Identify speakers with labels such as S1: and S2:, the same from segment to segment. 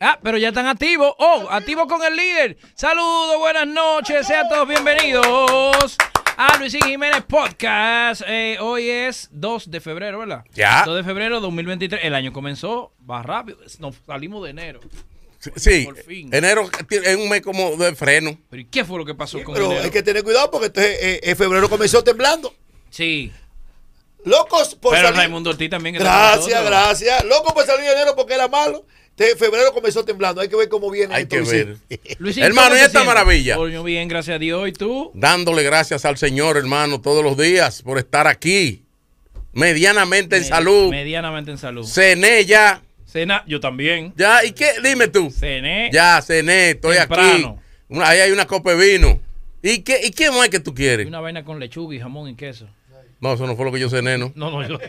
S1: Ah, pero ya están activos. Oh, activos con el líder. Saludos, buenas noches. Sean todos bienvenidos a Luisín Jiménez Podcast. Eh, hoy es 2 de febrero, ¿verdad?
S2: Ya.
S1: 2 de febrero 2023. El año comenzó, va rápido. Nos salimos de enero.
S2: Sí,
S1: Por fin.
S2: enero es un mes como de freno.
S1: Pero ¿y qué fue lo que pasó con
S3: Pero
S1: enero?
S3: hay que tener cuidado porque entonces eh, eh, febrero comenzó temblando.
S1: Sí.
S3: Locos por
S1: Pero
S3: salir.
S1: Raimundo Ortiz también. que está con
S3: Gracias,
S1: nosotros.
S3: gracias. Locos por salir de enero porque era malo. Entonces, febrero comenzó temblando. Hay que ver cómo viene
S2: Hay
S3: esto,
S2: que ver.
S3: Luisín.
S1: Luisín,
S2: Hermano,
S1: ¿cómo
S2: ¿y
S1: te
S2: esta
S1: sientes?
S2: maravilla?
S1: Coño, bien, gracias a Dios. ¿Y tú?
S2: Dándole gracias al Señor, hermano, todos los días por estar aquí. Medianamente en
S1: Me-
S2: salud.
S1: Medianamente en salud.
S2: Cené ya.
S1: Cena, yo también.
S2: Ya, ¿y qué? Dime tú.
S1: Cené.
S2: Ya, cené, estoy
S1: Temprano.
S2: aquí. Una- ahí hay una copa de vino. ¿Y qué, ¿Y qué más que tú
S1: Y
S2: quieres?
S1: una vaina con lechuga y jamón y queso.
S2: No, eso no fue lo que yo cené, ¿no?
S1: No, no, yo.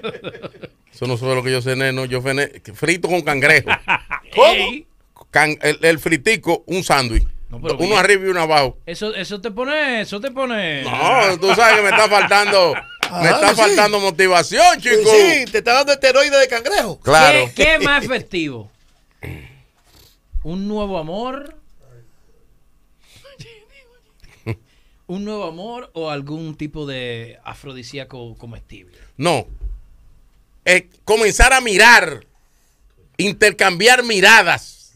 S2: Eso no fue lo que yo cené, ¿no? Yo cené frito con cangrejo.
S1: Ey,
S2: Can- el, el fritico, un sándwich.
S1: No, pero
S2: uno
S1: bien.
S2: arriba y uno abajo.
S1: Eso, eso te pone, eso te pone.
S2: No, tú sabes que me está faltando, me
S3: Ah,
S2: está
S3: sí.
S2: faltando motivación, chico.
S3: Luisín, te está dando esteroide de cangrejo.
S1: ¿Qué,
S2: Claro.
S1: qué más festivo? Un nuevo amor. Un nuevo amor o algún tipo de afrodisíaco comestible.
S2: No. Eh, comenzar a mirar, intercambiar miradas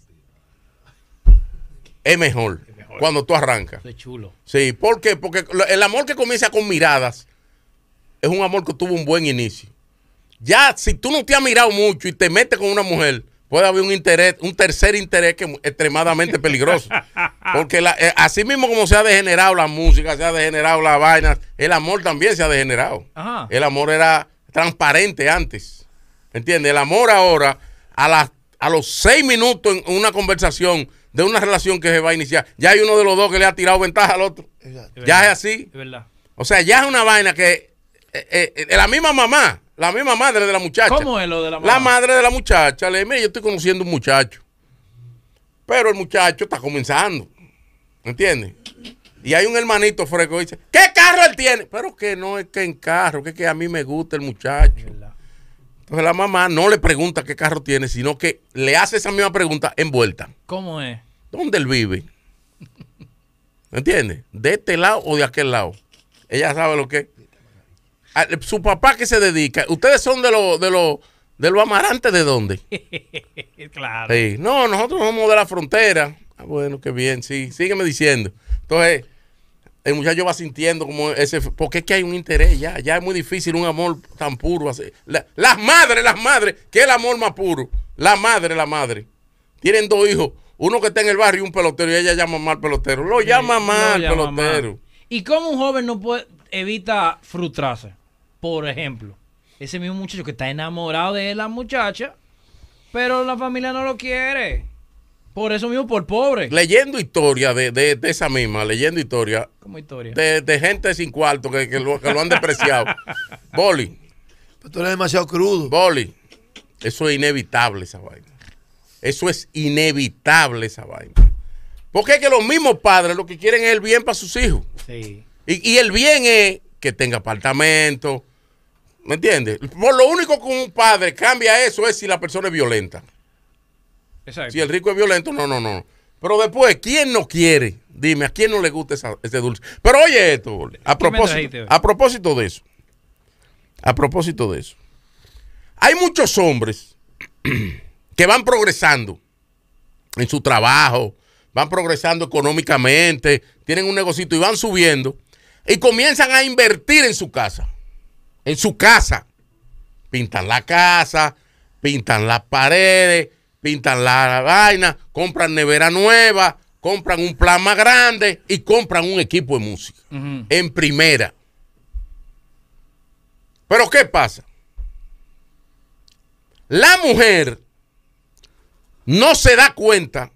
S2: es mejor, cuando tú arrancas.
S1: Eso es chulo.
S2: Sí, ¿por qué? Porque lo- el amor que comienza con miradas es un amor que tuvo un buen inicio. Ya, si tú no te has mirado mucho y te metes con una mujer, puede haber un interés, un tercer interés que es extremadamente peligroso. Porque la- eh, así mismo como se ha degenerado la música, se ha degenerado la vaina, el amor también se ha degenerado.
S1: Ajá.
S2: El amor era transparente antes. ¿Entiendes? El amor ahora, a, las a los seis minutos en una conversación de una relación que se va a iniciar, ya hay uno de los dos que le ha tirado ventaja al otro.
S3: Exacto.
S2: Ya es así.
S1: Es verdad.
S2: O sea, ya es una vaina que eh, eh, eh, la misma mamá, la misma madre de la muchacha.
S1: ¿Cómo es lo de la mamá?
S2: La madre de la muchacha le dice, mire, yo estoy conociendo un muchacho. Pero el muchacho está comenzando. ¿Entiendes? Y hay un hermanito fresco que dice, ¿qué carro él tiene? Pero que no es que en carro, que, es que a mí me gusta el muchacho.
S1: Es verdad.
S2: Entonces la mamá no le pregunta qué carro tiene, sino que le hace esa misma pregunta envuelta.
S1: ¿Cómo es?
S2: ¿Dónde él vive? ¿Entiendes? ¿De este lado o de aquel lado? Ella sabe lo que es. A- Su papá que se dedica. ¿Ustedes son de los de los de los amarantes de dónde?
S1: claro.
S2: Sí. No, nosotros somos de la frontera. Ah, bueno, qué bien, sí. Sígueme diciendo. Entonces, el muchacho va sintiendo como ese. Porque es que hay un interés ya. Ya es muy difícil un amor tan puro. así. La- las madres, las madres. ¿Qué es el amor más puro? La madre, la madre. Tienen dos hijos. Uno que está en el barrio y un pelotero. Y ella llama mal pelotero. Lo llama
S1: No
S2: mal
S1: llama mal.
S2: pelotero.
S1: ¿Y cómo un joven no puede evita frustrarse? Por ejemplo, ese mismo muchacho que está enamorado de la muchacha Pero la familia no lo quiere. Por eso mismo, por pobre.
S2: Leyendo historia de, de, de esa misma, leyendo historia
S1: Como historia.
S2: de, de gente sin cuarto que, que lo, que lo han despreciado. Boli,
S3: Pero tú eres demasiado crudo.
S2: Boli, eso es inevitable esa vaina. Eso es inevitable esa vaina. Porque es que los mismos padres lo que quieren es el bien para sus hijos.
S1: Sí.
S2: Y, y el bien es que tenga apartamento. ¿Me entiendes? Por lo único que un padre cambia eso es si la persona es violenta.
S1: Exacto.
S2: Si el rico es violento, no, no, no. Pero después, ¿quién no quiere? Dime, ¿a quién no le gusta esa- ese dulce? Pero oye esto, bol,
S1: trajiste
S2: a propósito,
S1: hoy?
S2: a propósito de eso. A propósito de eso. Hay muchos hombres que van progresando en su trabajo, van progresando económicamente, tienen un negocito y van subiendo y comienzan a invertir en su casa. En su casa pintan la casa, pintan las paredes, pintan la vaina, compran nevera nueva, compran un plan más grande y compran un equipo de música
S1: Ujú.
S2: en primera. Pero ¿qué pasa? La mujer no se da cuenta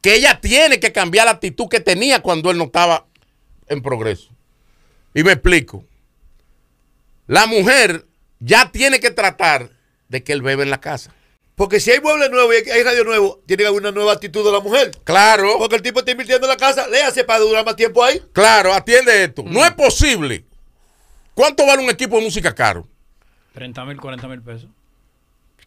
S2: que ella tiene que cambiar la actitud que tenía cuando él no estaba en progreso. Y me explico. La mujer ya tiene que tratar de que él bebe en la casa.
S3: Porque si hay muebles nuevos y hay radio nuevo, tiene que haber una nueva actitud de la mujer.
S2: Claro.
S3: Porque el tipo está invirtiendo en la casa, léase para durar más tiempo ahí.
S2: Claro, atiende esto. No es posible. ¿Cuánto vale un equipo de música caro?
S1: 30 mil, 40 mil pesos.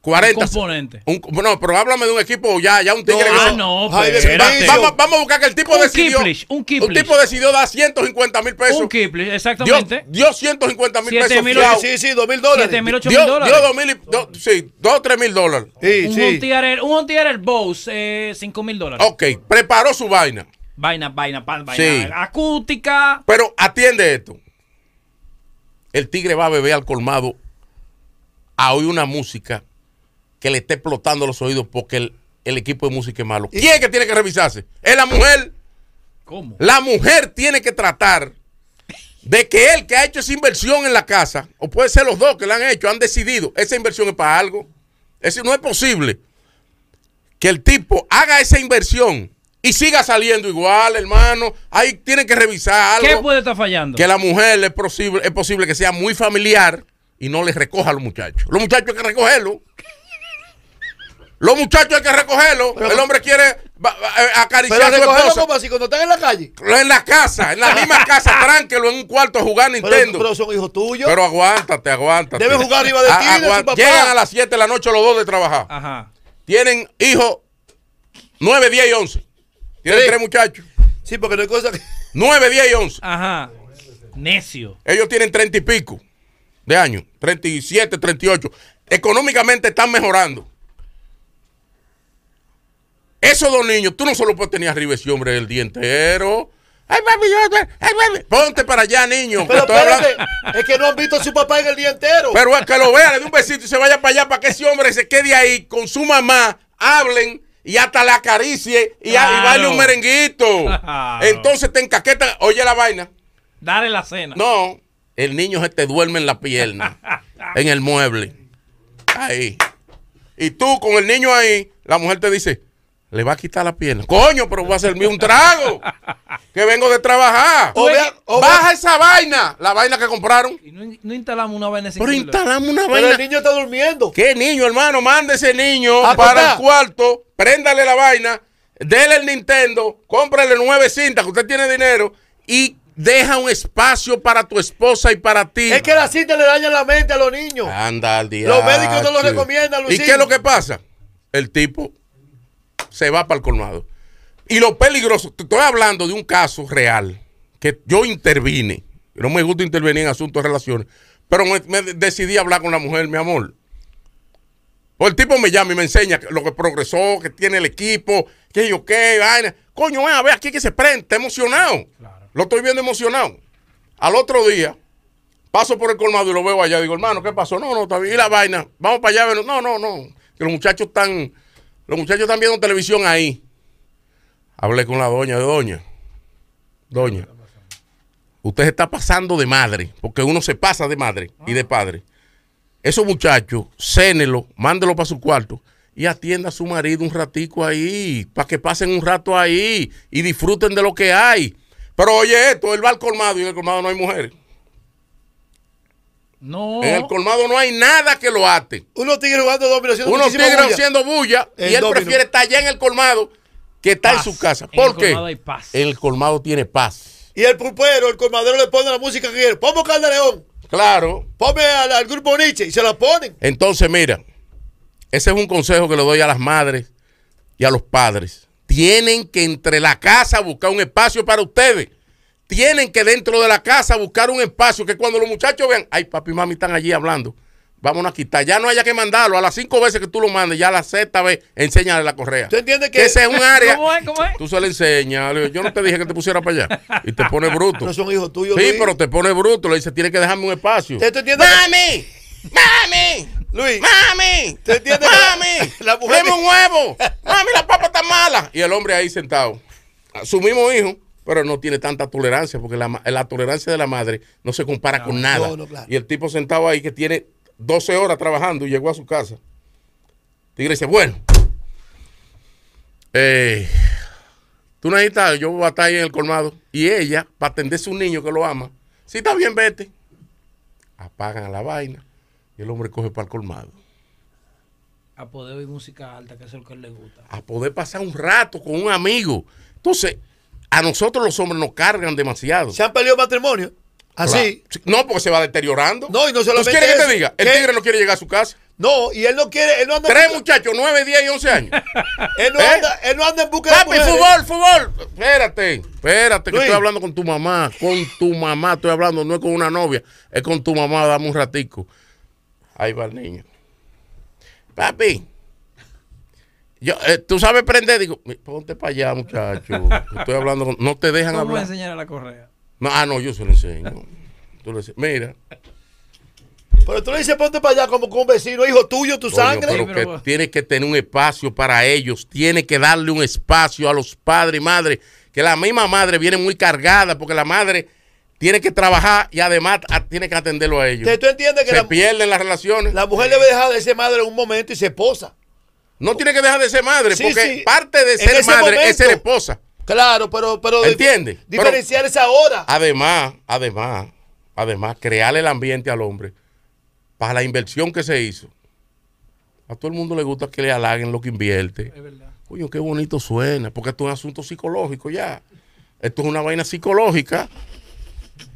S2: 40.
S1: componente.
S2: Un- no, pero háblame de un equipo ya, ya un tigre que
S1: ah,
S2: se-
S1: no,
S3: Ay, de-
S1: espérate.
S3: va-
S2: Vamos, vamos a buscar que el tipo
S1: Un
S2: decidió.
S1: Kiplish, un Kiplish.
S2: tipo decidió dar 150 mil pesos.
S1: Un kiple,
S2: dio,
S1: exactamente.
S2: dio 150 mil pesos.
S1: Siete mil
S2: fiao.
S1: ochocientos-
S3: Sí, sí, dos mil dólares.
S1: 7 mil, 8 mil
S2: Dio,
S1: dólares.
S2: dio 2 mil y. do- sí, 2 o 3 mil dólares.
S3: Sí,
S1: un
S3: sí.
S1: Hontier, un Hontier Bose, eh, 5 mil dólares.
S2: Ok, preparó su vaina.
S1: Vaina, vaina, pan, vaina.
S2: Oh. Sí.
S1: Acústica.
S2: Pero atiende esto. El tigre va a beber al colmado a oír una música que le esté explotando los oídos porque el, el equipo de música es malo. ¿Quién es que tiene que revisarse? Es la mujer.
S1: ¿Cómo?
S2: La mujer tiene que tratar de que él que ha hecho esa inversión en la casa, o puede ser los dos que la han hecho, han decidido, esa inversión es para algo. Es decir, no es posible que el tipo haga esa inversión y siga saliendo igual, hermano. Ahí tienen que revisar
S1: ¿Qué
S2: algo.
S1: puede estar fallando?
S2: Que la mujer es posible, es posible que sea muy familiar y no les recoja a los muchachos. Los muchachos hay que recogerlos. Los muchachos hay que recogerlos. el hombre quiere va- va- eh, acariciar
S3: Pero
S2: a su
S3: recogerlo
S2: esposa.
S3: como así, cuando están en la calle.
S2: En la casa, en la misma casa, tránquelo en un cuarto a jugar
S3: Pero,
S2: Nintendo.
S3: pero
S2: Pero,
S3: son hijos tuyos.
S2: aguántate, aguántate.
S3: Debe jugar arriba de ti, de su
S2: aguán-
S3: papá.
S2: Llegan a las 7 de la noche los dos de trabajar.
S1: Ajá.
S2: Tienen hijos 9, 10 y 11. Tienen
S3: Sí.
S2: tres muchachos.
S3: Sí, porque no hay cosa que.
S2: 9, 10 y 11.
S1: Ajá. Necio.
S2: Ellos tienen 30 y pico de años. 37, 38. Económicamente están mejorando. Esos dos niños, tú no solo puedes tener arriba ese hombre el día entero. Ay, papi, yo, ay, papi. Ponte para allá, niño. que
S3: Pero
S2: estoy hablando-
S3: espérate, es que no han visto a su papá en el día entero.
S2: Pero es que lo vea, le dé un besito y se vaya para allá para que ese hombre se quede ahí con su mamá, hablen y hasta la acaricie y, a- y
S1: Claro.
S2: baile un merenguito.
S1: Claro.
S2: Entonces te encaqueta, oye la vaina.
S1: Dale la cena.
S2: No, el niño se te duerme en la pierna, en el mueble. Ahí. Y tú con el niño ahí, la mujer te dice, le va a quitar la pierna. Coño, pero va a servirme un trago. Que vengo de trabajar.
S3: O vea- o vea-
S2: Baja esa vaina, la vaina que compraron.
S1: Y no, no instalamos una vaina sin
S2: Pero
S1: culo.
S2: instalamos una
S3: Pero
S2: vaina.
S3: el niño está durmiendo.
S2: ¿Qué niño, hermano? Mande ese niño
S3: Ah,
S2: para
S3: papá.
S2: el cuarto, préndale la vaina, déle el Nintendo, cómprale nueve cintas, que usted tiene dinero, y deja un espacio para tu esposa y para ti.
S3: Es que la cinta le daña la mente a los niños.
S2: Anda al día.
S3: Los médicos no lo recomiendan,
S2: ¿Y
S3: Luisín.
S2: qué es lo que pasa? El tipo se va para el colmado. Y lo peligroso, te estoy hablando de un caso real que yo intervine. No me gusta intervenir en asuntos de relaciones, pero me, me decidí a hablar con la mujer, mi amor. O el tipo me llama y me enseña lo que progresó, que tiene el equipo, que yo qué, vaina. Coño, ven a ver, aquí es que se prende, está emocionado. Lo estoy viendo emocionado. Al otro día, Paso por el colmado y lo veo allá. Digo, hermano, ¿qué pasó? No, no, está bien. Y la vaina, vamos para allá. a verlo. No, no, no. Que los muchachos están, los muchachos están viendo televisión ahí. Hablé con la doña, doña. Doña. Usted se está pasando de madre, porque uno se pasa de madre y de padre. esos muchachos, cénelo, mándelo para su cuarto y atienda a su marido un ratico ahí, para que pasen un rato ahí y disfruten de lo que hay. Pero oye esto, él va al colmado y en el colmado no hay mujeres.
S1: No.
S2: En el colmado no hay nada que lo ate.
S3: Unos tigres jugando dominó haciendo
S2: Unos
S3: muchísima
S2: tigres
S3: bulla.
S2: haciendo bulla
S3: El
S2: y él
S3: domino.
S2: prefiere estar allá en el colmado que estar en
S1: Paz.
S2: su casa.
S1: En el
S2: ¿Por qué?
S1: colmado hay paz.
S2: El colmado tiene paz.
S3: Y el pulpero, el colmadero le pone la música que quiere. Ponme Carla León,
S2: Claro.
S3: ponme al, al grupo Nietzsche y se la ponen.
S2: Entonces, mira, ese es un consejo que le doy a las madres y a los padres. Tienen que entre la casa buscar un espacio para ustedes. Tienen que dentro de la casa buscar un espacio que cuando los muchachos vean, ay, papi y mami están allí hablando, vámonos a quitar. Ya no haya que mandarlo. A las cinco veces que tú lo mandes, ya a la sexta vez, enséñale la correa.
S3: ¿Tú entiendes que-
S2: ese es un área?
S1: ¿Cómo es? ¿Cómo es?
S2: Tú se le enseñas. Le digo, Yo no te dije que te pusiera para allá. Y te pone bruto.
S3: No son ¿eh? hijos tuyos.
S2: Sí,
S3: Luis.
S2: pero te pone bruto. Le dice, tienes que dejarme un espacio.
S3: ¿Usted entiende?
S2: ¡Mami! ¡Mami!
S3: Luis.
S2: Ah. ¡Mami!
S3: ¿Te entiendes?
S2: ¡Mami!
S3: La mujer
S2: ¡Deme un huevo! ¡Mami, la papa Ah, está mala! Y el hombre ahí sentado. Su mismo hijo, pero no tiene tanta tolerancia, porque la, ma- la tolerancia de la madre no se compara con nada.
S3: no, no, claro.
S2: Y el tipo sentado ahí que tiene 12 horas trabajando y llegó a su casa. Tigre dice, bueno, eh, tú necesitas, yo voy a estar ahí en el colmado. Y ella, para atenderse a un niño que lo ama, si está bien, vete. Apagan la vaina y el hombre coge para el colmado.
S1: A poder oír música alta, que es lo que a él le gusta.
S2: a poder pasar un rato con un amigo. Entonces, a nosotros los hombres nos cargan demasiado.
S3: Se han peleado matrimonio. Así.
S2: Claro. No, porque se va deteriorando.
S3: No, y no
S2: ¿Tú
S3: solamente
S2: quieres que
S3: eso.
S2: te diga? El
S3: ¿Qué?
S2: tigre no quiere llegar a su casa.
S3: No, y él no quiere, él no anda,
S2: Tres muchachos, nueve, diez y once años.
S3: él no
S2: ¿Eh?
S3: anda, él no anda en busca
S2: Papi,
S3: de mujeres.
S2: fútbol, fútbol. Espérate, espérate, que
S3: Luis.
S2: estoy hablando con tu mamá. Con tu mamá estoy hablando, no es con una novia, es con tu mamá. Dame un ratico. Ahí va el niño. Papi, yo, eh, tú sabes prender. Digo, ponte para allá, muchacho. Estoy hablando con. No te dejan
S1: ¿Cómo voy a
S2: hablar.
S1: enseñar a la correa?
S2: No, ah, no, yo se lo enseño. Tú le dices, mira,
S3: Pero tú le dices, ponte para allá como con un vecino, hijo tuyo, tu
S2: coño,
S3: sangre. pues,
S2: pero
S1: Sí,
S2: que
S1: pero-
S2: tiene que tener un espacio para ellos, tiene que darle un espacio a los padres y madres, que la misma madre viene muy cargada porque la madre tiene que trabajar y además a- tiene que atenderlo a ellos.
S3: Entonces, tú entiendes que
S2: Se
S3: la,
S2: pierden las relaciones.
S3: la mujer debe dejar de ser madre un momento y se esposa.
S2: No tiene que dejar de ser madre,
S3: Sí,
S2: porque
S3: sí.
S2: parte de
S3: En
S2: ser
S3: ese
S2: madre es
S3: momento.
S2: ser esposa.
S3: Claro, pero, pero dif-
S2: Entiende, pero-
S3: diferenciar esa hora.
S2: Además, además, además, crear el ambiente al hombre para la inversión que se hizo. A todo el mundo le gusta que le halaguen lo que invierte.
S1: Es verdad.
S2: Coño, qué bonito suena, porque esto es un asunto psicológico ya. Esto es una vaina psicológica.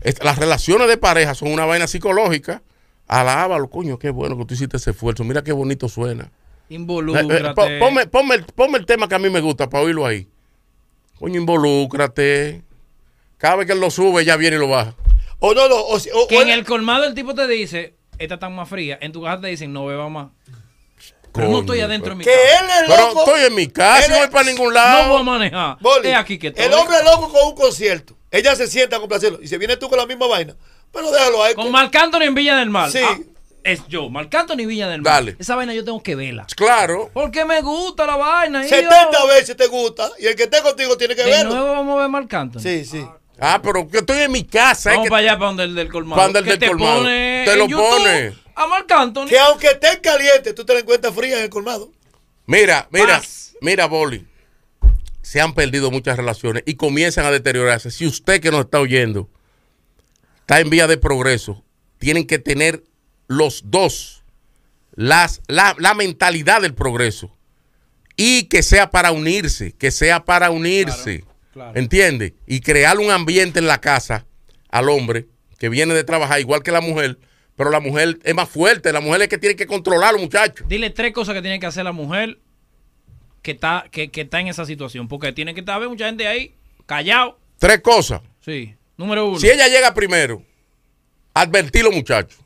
S2: Es- Las relaciones de pareja son una vaina psicológica. Alábalo, coño, qué bueno que tú hiciste ese esfuerzo. Mira qué bonito suena. Eh, eh, po-
S1: Involúcrate.
S2: ponme, ponme el, ponme el tema que a mí me gusta para oírlo ahí. Coño, involúcrate. Cada vez que él lo sube, ya viene y lo baja.
S3: O no, no, o, si- o-
S1: Que
S3: o-
S1: en el colmado el tipo te dice, esta está más fría. En tu casa te dicen, no beba más. Pero no
S2: Coño,
S1: estoy adentro de mi
S3: que
S1: casa.
S3: él es
S2: Pero
S3: loco.
S2: estoy en mi casa,
S3: Él
S2: no voy
S3: es-
S2: para ningún
S1: No voy a
S2: lado.
S1: manejar.
S3: Boli,
S1: Es aquí que estoy.
S3: el hombre es loco con un concierto. Ella se sienta a complacerlo y se viene tú con la misma vaina. Pero déjalo ahí.
S1: Con Marc Anthony en Villa del Mar.
S3: Sí.
S1: Ah, es yo, Marc Anthony en Villa del Mar.
S2: Dale.
S1: Esa vaina yo tengo que verla.
S2: claro.
S1: Porque me gusta la vaina. y yo-
S3: 70 veces te gusta y el que esté contigo tiene que
S1: De
S3: verlo.
S1: nuevo vamos a ver Marc Anthony.
S3: Sí, sí.
S2: Ah, pero que estoy en mi casa. es
S1: Vamos
S2: que-
S1: para allá, para donde el del colmado.
S2: Para donde el
S1: Que
S2: del
S1: te
S2: colmado.
S1: pone
S2: Te
S1: en
S2: lo
S1: YouTube
S2: pone.
S1: A Marc Anthony.
S3: Que aunque esté caliente, tú te la encuentras fría en el colmado.
S2: Mira, mira,
S1: Paz.
S2: mira, Boli. Se han perdido muchas relaciones y comienzan a deteriorarse. Si usted que nos está oyendo está en vía de progreso, tienen que tener los dos las, la, la mentalidad del progreso y que sea para unirse, que sea para unirse.
S1: claro.
S2: ¿Entiende? Y crear un ambiente en la casa al hombre que viene de trabajar igual que la mujer, pero la mujer es más fuerte, la mujer es que tiene que controlar a los muchachos.
S1: Dile tres cosas que tiene que hacer la mujer que está, que, que está en esa situación. Porque tiene que estar, haber mucha gente ahí, callado.
S2: Tres cosas.
S1: Sí. Número uno.
S2: Si ella llega primero, advertí los muchachos.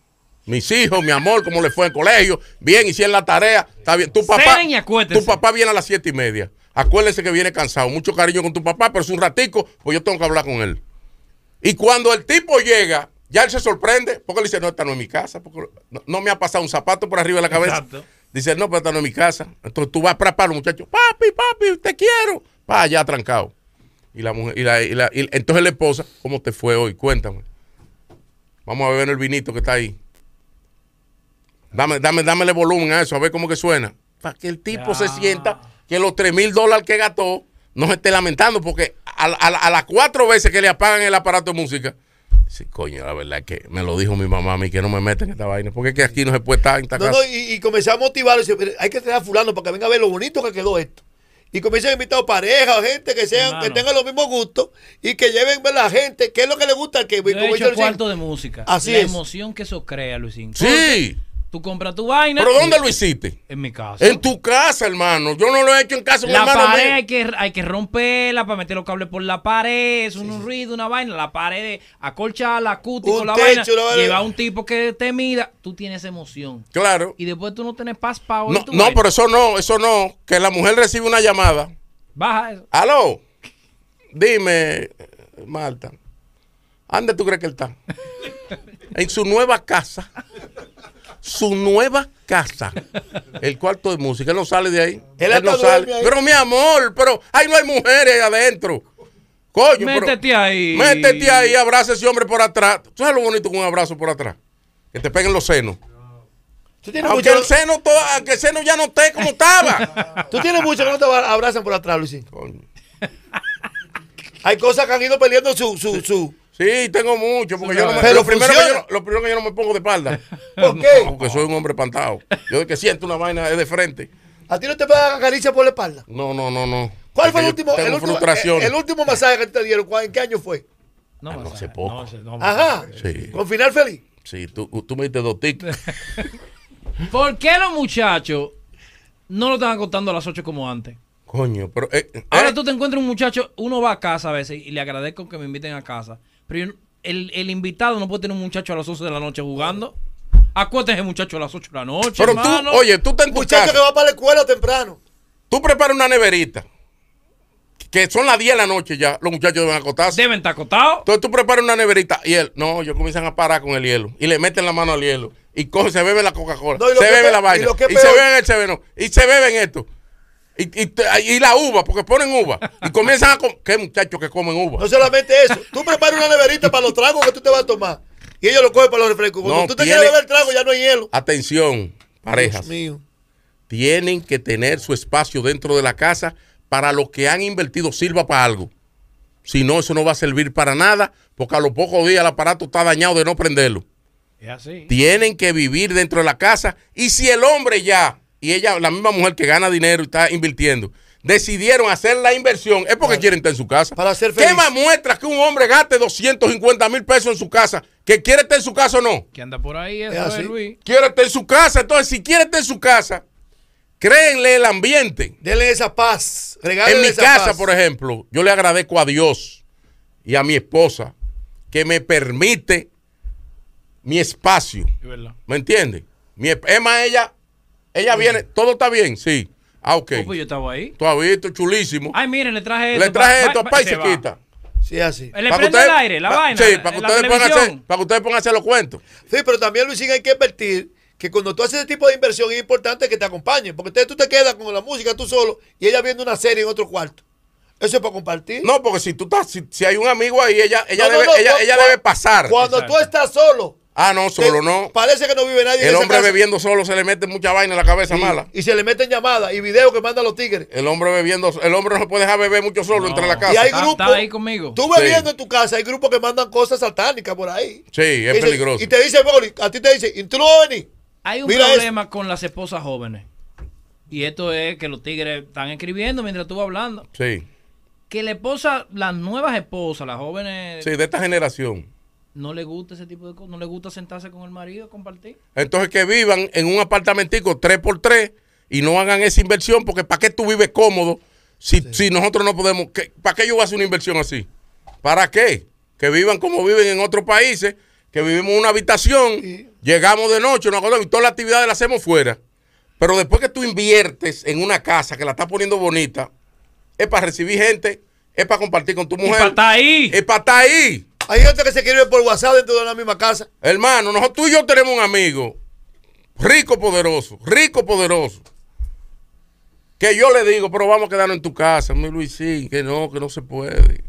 S2: Mis hijos, mi amor, cómo le fue en el colegio, bien, hicieron la tarea, está bien. Tu papá,
S1: Cenen y acuéstense.
S2: tu papá viene a las siete y media. Acuérdense que viene cansado. Mucho cariño con tu papá, pero es un ratico, pues yo tengo que hablar con él. Y cuando el tipo llega, ya él se sorprende, porque le dice, no, esta no es mi casa, porque no, no me ha pasado un zapato por arriba de la cabeza.
S1: Exacto.
S2: Dice, no, pero esta no es mi casa. Entonces tú vas para para los muchachos, papi, papi, te quiero. Pa, allá trancado. Y la mujer, y la, y la- y- entonces la esposa, ¿cómo te fue hoy? Cuéntame. Vamos a beber el vinito que está ahí. Dame, dame, dámele volumen a eso, a ver cómo que suena. Para que el tipo se sienta que los 3 mil dólares que gastó no se esté lamentando, porque a, la- a la- a las cuatro veces que le apagan el aparato de música, sí, coño, la verdad es que me lo dijo mi mamá a mí que no me meten en esta vaina, porque es que aquí no se puede estar en esta
S3: No,
S2: casa.
S3: no, y, y comenzar a motivarlo. dice, "Mire, Hay que traer a fulano para que venga a ver lo bonito que quedó esto. Y comiencen a invitar parejas, gente que sean,
S1: Hermano.
S3: que tengan los mismos gustos y que lleven a la gente qué es lo que le gusta al que
S1: Yo he
S3: como
S1: hecho
S3: Luisín,
S1: cuarto de música.
S3: Así
S1: la
S3: es.
S1: emoción que eso crea, Luisín.
S2: Sí,
S1: Tú compras tu vaina.
S2: pero ¿dónde lo hiciste?
S1: En mi casa.
S2: En tu casa, hermano. Yo no lo he hecho en casa, de un
S1: La
S2: hermano
S1: pared
S2: mío.
S1: hay que, hay que romperla para meter los cables por la pared, es un ruido, una vaina, la pared, acolcha la cutícula,
S3: Un
S1: la
S3: techo,
S1: vaina,
S3: una vaina.
S1: lleva un tipo que te mida, tú tienes emoción.
S2: Claro.
S1: Y después tú no tienes paz para oír
S2: No,
S1: tu
S2: no,
S1: vaina.
S2: pero eso no, eso no. Que la mujer recibe una llamada.
S1: Baja eso.
S2: Aló, dime, Marta, ¿dónde tú crees que él está? En su nueva casa. Su nueva casa. El cuarto de música. Él no sale de ahí.
S3: Él
S2: Él,
S3: hasta
S2: no sale.
S3: duerme ahí.
S2: Pero mi amor, pero ahí no hay mujeres adentro. Coño, pero-
S1: Métete ahí.
S2: Métete ahí, abraza a ese hombre por atrás. ¿Tú sabes lo bonito con un abrazo por atrás? Que te peguen los senos.
S3: Tú tienes
S2: Aunque
S3: mucho,
S2: el seno, to- aunque el seno ya no esté como estaba.
S3: tú tienes mucho que no te abrazan por atrás, Luisín.
S2: Coño.
S3: Hay cosas que han ido perdiendo su. su, su.
S2: Sí, tengo mucho, porque yo no me,
S3: Pero
S2: lo, primero que yo,
S3: funciona.
S2: no- lo primero que yo no me pongo de espalda.
S3: ¿Por qué?
S2: Porque soy un hombre espantado. Yo de que siento una vaina es de frente.
S3: ¿A ti no te pegan caricia por la espalda?
S2: No, no, no, no.
S3: ¿Cuál
S2: Es
S3: fue el
S2: que yo
S3: último,
S2: Tengo
S3: el, último,
S2: frustración.
S3: el, el último masaje que te dieron? ¿Cuál- ¿En qué año fue?
S1: No,
S2: Ah, no
S1: o sea,
S2: hace poco. Ah.
S1: no, o sea, no,
S3: Ajá.
S2: Sí.
S3: Con final feliz.
S2: Sí, tú, tú me diste dos tics.
S1: ¿Por qué los muchachos no lo están acostando a las 8 como antes?
S2: Coño, pero. eh, eh,
S1: Ahora tú te encuentras un muchacho, uno va a casa a veces y le agradezco que me inviten a casa, pero yo no- el, el invitado no puede tener un muchacho a las 11 de la noche jugando. Acuérdate el muchacho a las 8 de la noche.
S2: Pero tú,
S1: hermano.
S2: oye, tú estás en tu
S3: Muchacho
S2: casa.
S3: que va para la escuela temprano.
S2: Tú preparas una neverita. Que son las 10 de la noche ya. Los muchachos deben acostarse.
S1: Deben estar acostados.
S2: Entonces tú preparas una neverita y él, no, ellos comienzan a parar con el hielo y le meten la mano al hielo y coge, se bebe la Coca-Cola,
S3: No, y lo
S2: se
S3: que
S2: bebe
S3: pe-
S2: la vaina
S3: y lo que
S2: y, se
S3: peor-
S2: beben el cheveno y se beben esto y, y te- y la uva, porque ponen uva y comienzan a comer. ¿Qué muchachos que comen uva?
S3: No solamente eso. Tú preparas una neverita para los tragos que tú te vas a tomar. Y ellos lo cogen para los refrescos. Cuando
S2: No,
S3: tú te
S2: tiene-
S3: quieres beber el trago, ya no hay hielo.
S2: Atención, parejas,
S3: Dios mío.
S2: tienen que tener su espacio dentro de la casa para lo que han invertido sirva para algo. Si no, eso no va a servir para nada, porque a los pocos días el aparato está dañado de no prenderlo.
S1: Es así.
S2: tienen que vivir dentro de la casa. Y si el hombre ya, y ella, la misma mujer que gana dinero y está invirtiendo, decidieron hacer la inversión, es porque quieren estar en su casa.
S3: Para ser
S2: ¿Qué
S3: feliz.
S2: más muestra que un hombre gaste 250 mil pesos en su casa? ¿Que quiere estar en su casa o no?
S1: Que anda por ahí, eso
S3: Es
S1: es,
S3: así.
S1: Luis.
S2: Quiere estar en su casa. Entonces, si quiere estar en su casa, créenle el ambiente.
S3: Denle esa paz.
S2: En
S3: Regálenle
S2: mi
S3: esa
S2: casa,
S3: paz.
S2: por ejemplo, yo le agradezco a Dios y a mi esposa que me permite mi espacio.
S1: Es verdad.
S2: ¿Me entiendes? Mi esp- es más, ella, ella viene, todo está bien, sí. Ah, ok.
S1: Oh, pues yo estaba ahí.
S2: Tú has visto, chulísimo.
S1: Ay, miren, le traje esto.
S2: Le traje
S1: pa-
S2: esto a
S1: pa-
S2: Pai
S1: se va.
S2: Chiquita.
S3: Sí, así.
S1: Él Le
S2: Pa' que
S1: prende
S2: ustedes-
S1: el aire, la
S2: pa-
S1: vaina.
S2: Sí,
S1: la-
S2: para que,
S1: la
S2: ustedes pongan a hacer-
S1: televisión.
S2: para que ustedes pongan a hacer los cuentos.
S3: Sí, pero también, Luisín, hay que invertir que cuando tú haces ese tipo de inversión es importante que te acompañen. Porque te- tú te quedas con la música tú solo y ella viendo una serie en otro cuarto. Eso es para compartir.
S2: No, porque si tú estás, si, si hay un amigo ahí, ella, ella,
S3: No, no,
S2: debe,
S3: no,
S2: ella,
S3: cu-
S2: ella
S3: cu-
S2: debe pasar.
S3: Cuando tú estás solo.
S2: Ah, no, solo
S3: te-
S2: no.
S3: Parece que no vive nadie. en
S2: El
S3: esa
S2: hombre
S3: casa.
S2: bebiendo solo se le mete mucha vaina en la cabeza mala.
S3: Y se le meten llamadas y videos que mandan los tigres.
S2: El hombre bebiendo, el hombre no se puede dejar beber mucho solo entre la casa.
S3: Y hay
S1: Está-
S3: grupos.
S1: está ahí conmigo.
S3: Tú
S2: Sí.
S3: bebiendo en tu casa, hay grupos que mandan cosas satánicas por ahí.
S2: Sí, es
S3: Dice-
S2: peligroso.
S3: Y te dice, Boli, a ti te dice, ¿y tú no vas a venir?
S1: Hay un
S3: Mira
S1: problema con las esposas jóvenes. Y esto es que los tigres están escribiendo mientras tú vas hablando.
S2: Sí,
S1: Que la esposa, las nuevas esposas, las jóvenes,
S2: sí, de esta generación.
S1: no le gusta ese tipo de cosas. No le gusta sentarse con el marido a compartir.
S2: Entonces que vivan en un apartamentico 3x3 y no hagan esa inversión porque ¿para qué tú vives cómodo si, si nosotros no podemos? ¿Qué- ¿Para qué yo voy a hacer una inversión así? ¿Para qué? Que vivan como viven en otros países, que vivimos en una habitación, llegamos de noche, nos acordamos y todas las actividades las hacemos fuera. Pero después que tú inviertes en una casa que la estás poniendo bonita, es para recibir gente, es para compartir con tu
S1: Y para
S2: mujer, Eh,
S1: estar ahí.
S2: es para estar ahí.
S3: Hay gente que se quiere ver por WhatsApp dentro de la misma casa.
S2: Hermano, nosotros tú y yo tenemos un amigo rico poderoso, rico poderoso. Que yo le digo, pero vamos a quedarnos en tu casa, mi Luisín, que no, que no se puede.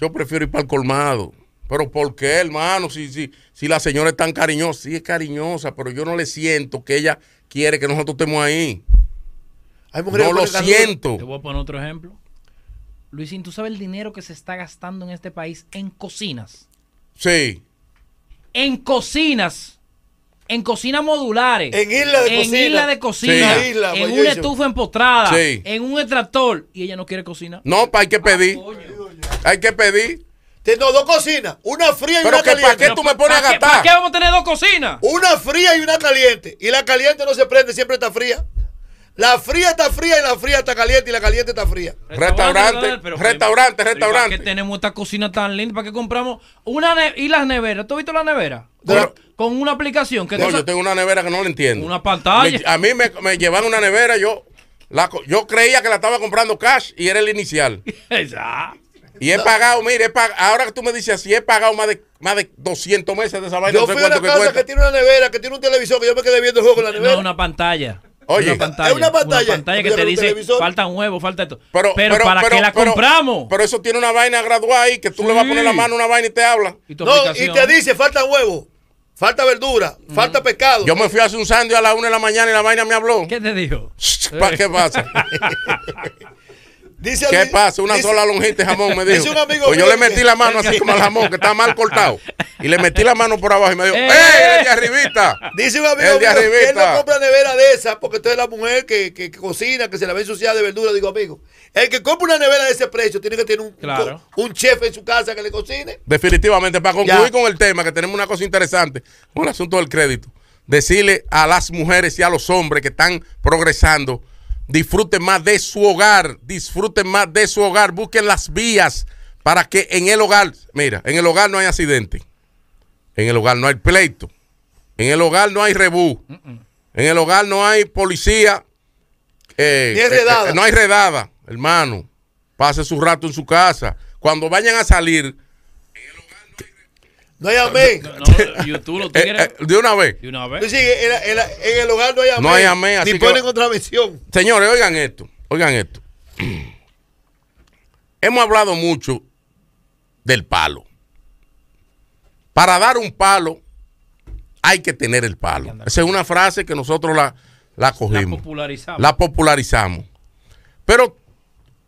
S2: Yo prefiero ir para el colmado. Pero ¿por qué, hermano? Si, si, si la señora es tan cariñosa, sí es cariñosa, pero yo no le siento que ella quiere que nosotros estemos ahí.
S3: Hay mujeres
S2: No
S3: que
S2: lo
S3: ponen canudos.
S2: siento.
S1: Te voy a poner otro ejemplo. Luisín, ¿tú sabes el dinero que se está gastando en este país en cocinas?
S2: Sí.
S1: En cocinas. En cocinas modulares.
S3: En isla de
S1: en
S3: cocina.
S1: isla de cocina.
S2: Sí.
S3: Isla,
S1: en
S3: bollillo.
S1: una estufa empotrada.
S2: Sí.
S1: En un extractor. Y ella no quiere cocinar.
S2: No, pa, hay que pedir. Hay que pedir.
S3: Tengo dos cocinas, una fría y
S2: Pero
S3: una
S2: que pa'
S3: caliente.
S2: qué tú me pones
S1: ¿para
S2: a
S1: qué-
S2: gastar?
S1: ¿Para qué vamos a tener dos cocinas?
S3: Una fría y una caliente. Y la caliente no se prende, siempre está fría. La fría está fría y la fría está caliente y la caliente está fría.
S2: Restaurante,
S1: pero-
S2: restaurante,
S1: pero ¿y para
S2: restaurante.
S1: qué tenemos esta cocina tan linda? ¿Para qué compramos una ne- y las neveras? ¿Tú has visto la nevera? Con,
S2: Pero-
S1: con una aplicación que
S2: No,
S1: tú sa-
S2: yo tengo una nevera que no la entiendo.
S1: Una pantalla.
S2: Me- a mí me, me llevan una nevera, yo, la, co- yo creía que la estaba comprando cash y era el inicial.
S1: Esa.
S2: Y he pagado, mire, he pag- ahora que tú me dices así, he pagado más de, más de 200 meses de esa vaina.
S3: Yo
S2: no sé
S3: fui a una
S2: cuánto que
S3: casa
S2: cuesta.
S3: que tiene una nevera, que tiene un televisor, que yo me quedé viendo el juego en la nevera.
S1: No, una pantalla.
S2: Oye,
S1: una pantalla,
S3: es una pantalla.
S1: que
S3: Mira,
S1: te
S3: un
S1: dice,
S3: televisor.
S1: falta huevos, falta esto. Pero, ¿para
S2: pero-
S1: qué la
S2: pero-
S1: compramos?
S2: Pero eso tiene una vaina graduada ahí, que tú le vas a poner la mano a una vaina y te habla.
S1: ¿Y tu
S3: No, y
S1: aplicación? Mm.
S3: te dice, falta huevo, falta verdura, falta pescado.
S2: Yo me fui a hacer un sándwich a las 1 de la mañana y la vaina me habló.
S1: ¿Qué te dijo?
S2: ¿Para qué pasa?
S3: Dice
S2: ¿Qué
S3: Luis-
S2: pasa? Una
S3: dice-
S2: sola lonjita de jamón me dijo.
S3: dice un amigo
S2: pues yo
S3: mío
S2: le metí
S3: que-
S2: la mano así como al jamón, que estaba mal cortado. Y le metí la mano por abajo y me dijo,
S1: Eh.
S2: ¡Eh, el de arribita!
S3: Dice un amigo
S2: El
S3: mío
S2: de
S3: que él no
S2: arribita.
S3: compra nevera de esa porque usted es la mujer que, que- que cocina, que se la ve ensuciada de verdura. Digo, amigo, el que compra una nevera de ese precio tiene que tener un,
S1: Claro.
S3: un chef en su casa que le cocine.
S2: Definitivamente, para concluir
S3: Ya.
S2: con el tema, que tenemos una cosa interesante, con el asunto del crédito. Decirle a las mujeres y a los hombres que están progresando, disfruten más de su hogar, disfruten más de su hogar, busquen las vías para que en el hogar, mira, en el hogar no hay accidente, en el hogar no hay pleito, en el hogar no hay rebú, en el hogar no hay policía, eh,
S3: Ni hay redada.
S2: no hay redada, hermano. Pase su rato en su casa. Cuando vayan a salir,
S3: No hay amén.
S1: No, YouTube, los
S2: Eh,
S1: tigres.
S2: eh, de una vez.
S1: de una
S3: Tú
S1: vez.
S3: sigues, en, la- en la- en el hogar no hay amén.
S2: No hay amén, así
S3: Ni
S2: que
S3: ponen
S2: va-
S3: otra misión.
S2: Señores, oigan esto. Oigan esto. Hemos hablado mucho del palo. Para dar un palo, hay que tener el palo. Esa es una frase que nosotros la, la
S1: La
S2: cogimos.
S1: popularizamos.
S2: La popularizamos. Pero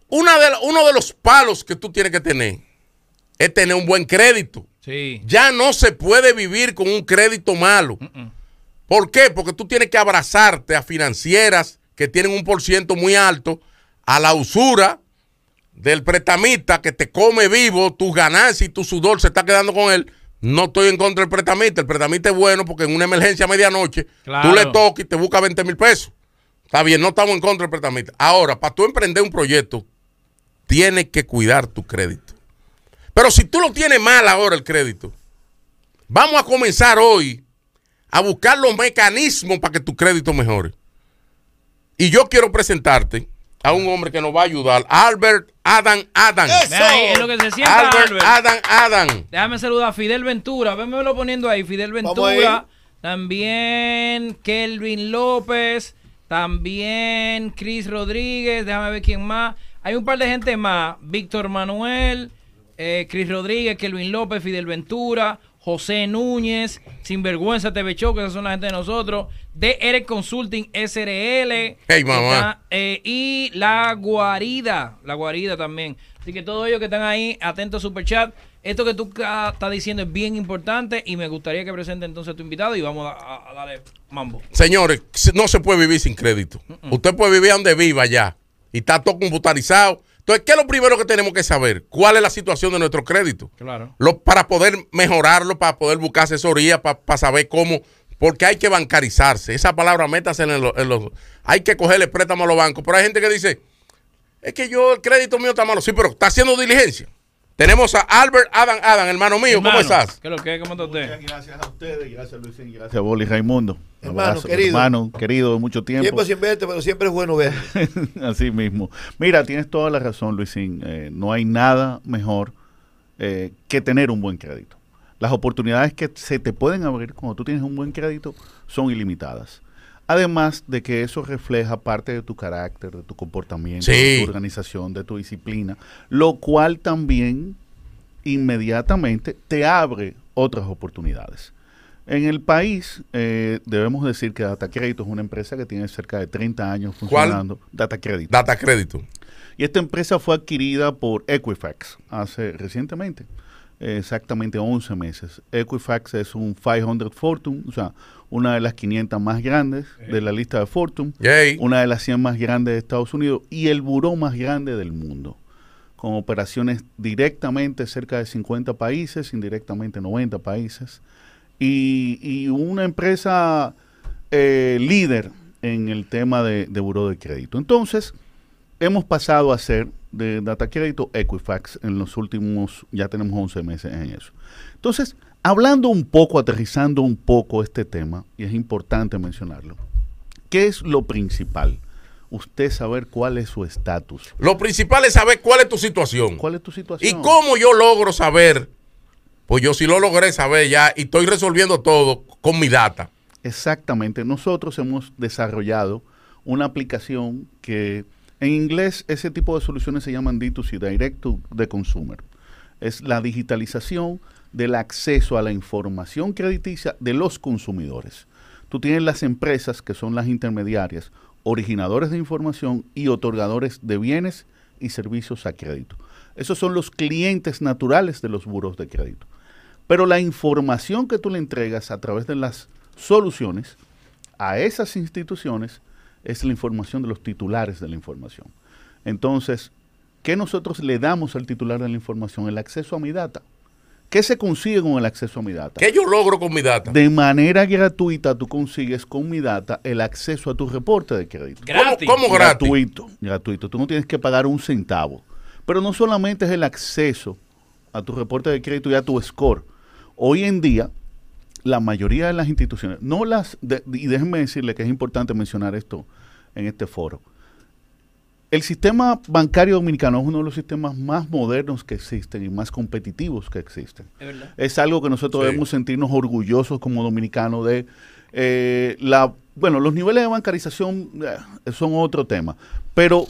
S2: una de, la- uno de los palos que tú tienes que tener es tener un buen crédito.
S1: Sí.
S2: Ya no se puede vivir con un crédito malo. ¿Por qué? Porque tú tienes que abrazarte a financieras que tienen un por ciento muy alto, a la usura del prestamista que te come vivo, tus ganancias y tu sudor se está quedando con él. No estoy en contra del prestamista. El prestamista es bueno porque en una emergencia a medianoche
S1: Claro.
S2: tú le tocas y te busca 20 mil pesos. Está bien, no estamos en contra del prestamista. Ahora, para tú emprender un proyecto, tienes que cuidar tu crédito. Pero si tú lo tienes mal ahora el crédito, vamos a comenzar hoy a buscar los mecanismos para que tu crédito mejore. Y yo quiero presentarte a un hombre que nos va a ayudar, Albert Adam Adam.
S3: Eso.
S1: Ve ahí, es lo que se sienta,
S2: Albert,
S1: Albert.
S2: Adam Adam.
S1: Déjame saludar a Fidel Ventura. Vémelo poniendo ahí. Fidel
S3: Vamos
S1: Ventura. También Kelvin López. También Chris Rodríguez. Déjame ver quién más. Hay un par de gente más. Víctor Manuel. eh, Chris Rodríguez. Kelvin López. Fidel Ventura. José Núñez. Sinvergüenza TV Show. Que esas son la gente de nosotros. De Eric Consulting SRL.
S2: Hey, mamá.
S1: Está, eh, y la guarida, la guarida también. Así que todos ellos que están ahí, atentos al super chat. Esto que tú ca- estás diciendo es bien importante y me gustaría que presente entonces a tu invitado y vamos a- a, a darle mambo.
S2: Señores, no se puede vivir sin crédito. Usted puede vivir donde viva ya. Y está todo computarizado. Entonces, ¿qué es lo primero que tenemos que saber? ¿Cuál es la situación de nuestro crédito?
S1: Claro.
S2: lo- para poder mejorarlo, para poder buscar asesoría, para saber cómo, porque hay que bancarizarse. Esa palabra métase en, lo- en los... Hay que cogerle préstamo a los bancos. Pero hay gente que dice, es que yo, el crédito mío está malo. Sí, pero está haciendo diligencia. Tenemos a Albert Adam Adam, hermano mío, ¿cómo
S1: Hermano,
S2: estás?
S1: ¿Qué es lo que es? ¿Cómo está usted?
S4: Gracias a ustedes, gracias Luisín, gracias Boli Raimundo. Un
S3: Hermano, querido.
S4: Hermano, querido, de mucho tiempo.
S3: Tiempo sin verte, pero siempre es bueno ver.
S4: Así mismo. Mira, tienes toda la razón, Luisín. Eh, no hay nada mejor eh, que tener un buen crédito. Las oportunidades que se te pueden abrir cuando tú tienes un buen crédito son ilimitadas. Además de que eso refleja parte de tu carácter, de tu comportamiento,
S2: Sí.
S4: de tu organización, de tu disciplina, lo cual también inmediatamente te abre otras oportunidades. En el país, eh, debemos decir que Data Crédito es una empresa que tiene cerca de 30 años
S2: ¿Cuál?
S4: funcionando. Data Crédito.
S2: Data crédito.
S4: Y esta empresa fue adquirida por Equifax hace recientemente, eh, exactamente 11 meses. Equifax es un 500 Fortune, o sea, una de las 500 más grandes de la lista de Fortune,
S2: Yay.
S4: una de las 100 más grandes de Estados Unidos y el buró más grande del mundo, con operaciones directamente cerca de 50 países, indirectamente 90 países, y, y una empresa eh, líder en el tema de, de buró de crédito. Entonces, hemos pasado a ser de Data Crédito Equifax en los últimos, ya tenemos 11 meses en eso. Entonces, hablando un poco, aterrizando un poco este tema, y es importante mencionarlo, ¿qué es lo principal? Usted saber cuál es su estatus,
S2: Lo principal es saber cuál es tu situación.
S4: cuál es tu situación.
S2: ¿Y cómo yo logro saber? Pues yo sí lo logré saber ya y estoy resolviendo todo con mi data.
S4: Exactamente. Nosotros hemos desarrollado una aplicación que en inglés ese tipo de soluciones se llaman D2C, Direct to the Consumer. Es la digitalización del acceso a la información crediticia de los consumidores. Tú tienes las empresas que son las intermediarias, originadores de información y otorgadores de bienes y servicios a crédito. Esos son los clientes naturales de los buros de crédito. Pero la información que tú le entregas a través de las soluciones a esas instituciones es la información de los titulares de la información. Entonces, ¿qué nosotros le damos al titular de la información? El acceso a mi data. ¿Qué se consigue con el acceso a mi data?
S2: ¿Qué yo logro con mi data?
S4: De manera gratuita tú consigues con mi data el acceso a tu reporte de crédito.
S2: ¿Cómo,
S1: Gratis.
S2: cómo gratis?
S4: Gratuito, gratuito. Tú no tienes que pagar un centavo. Pero no solamente es el acceso a tu reporte de crédito y a tu score. Hoy en día, la mayoría de las instituciones, no las, de- y déjenme decirle que es importante mencionar esto en este foro. El sistema bancario dominicano es uno de los sistemas más modernos que existen y más competitivos que existen
S1: Es verdad.
S4: es algo que nosotros
S2: Sí.
S4: debemos sentirnos orgullosos como dominicanos de eh, la bueno los niveles de bancarización eh, son otro tema pero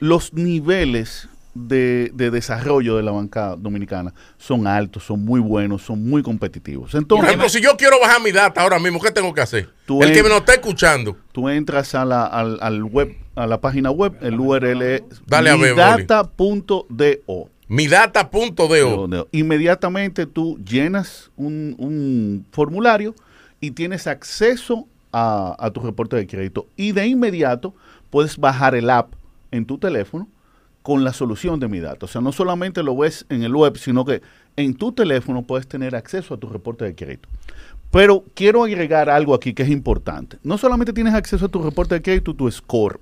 S4: los niveles de, de desarrollo de la banca dominicana son altos son muy buenos son muy competitivos
S2: Por
S4: entonces
S2: ejemplo, si yo quiero bajar mi data ahora mismo, ¿qué tengo que hacer?
S4: Tú
S2: El que
S4: en-
S2: me lo está escuchando.
S4: tú entras a la, al, al web a la página web el URL es
S2: Dale a ver, Boli.
S4: midata.do.
S2: Mi data.do.
S4: Pero, no, Inmediatamente tú llenas un, un formulario y tienes acceso a, a tu reporte de crédito. Y de inmediato puedes bajar el app en tu teléfono con la solución de mi dato. O sea, no solamente lo ves en el web, sino que en tu teléfono puedes tener acceso a tu reporte de crédito. Pero quiero agregar algo aquí que es importante. No solamente tienes acceso a tu reporte de crédito, tu score.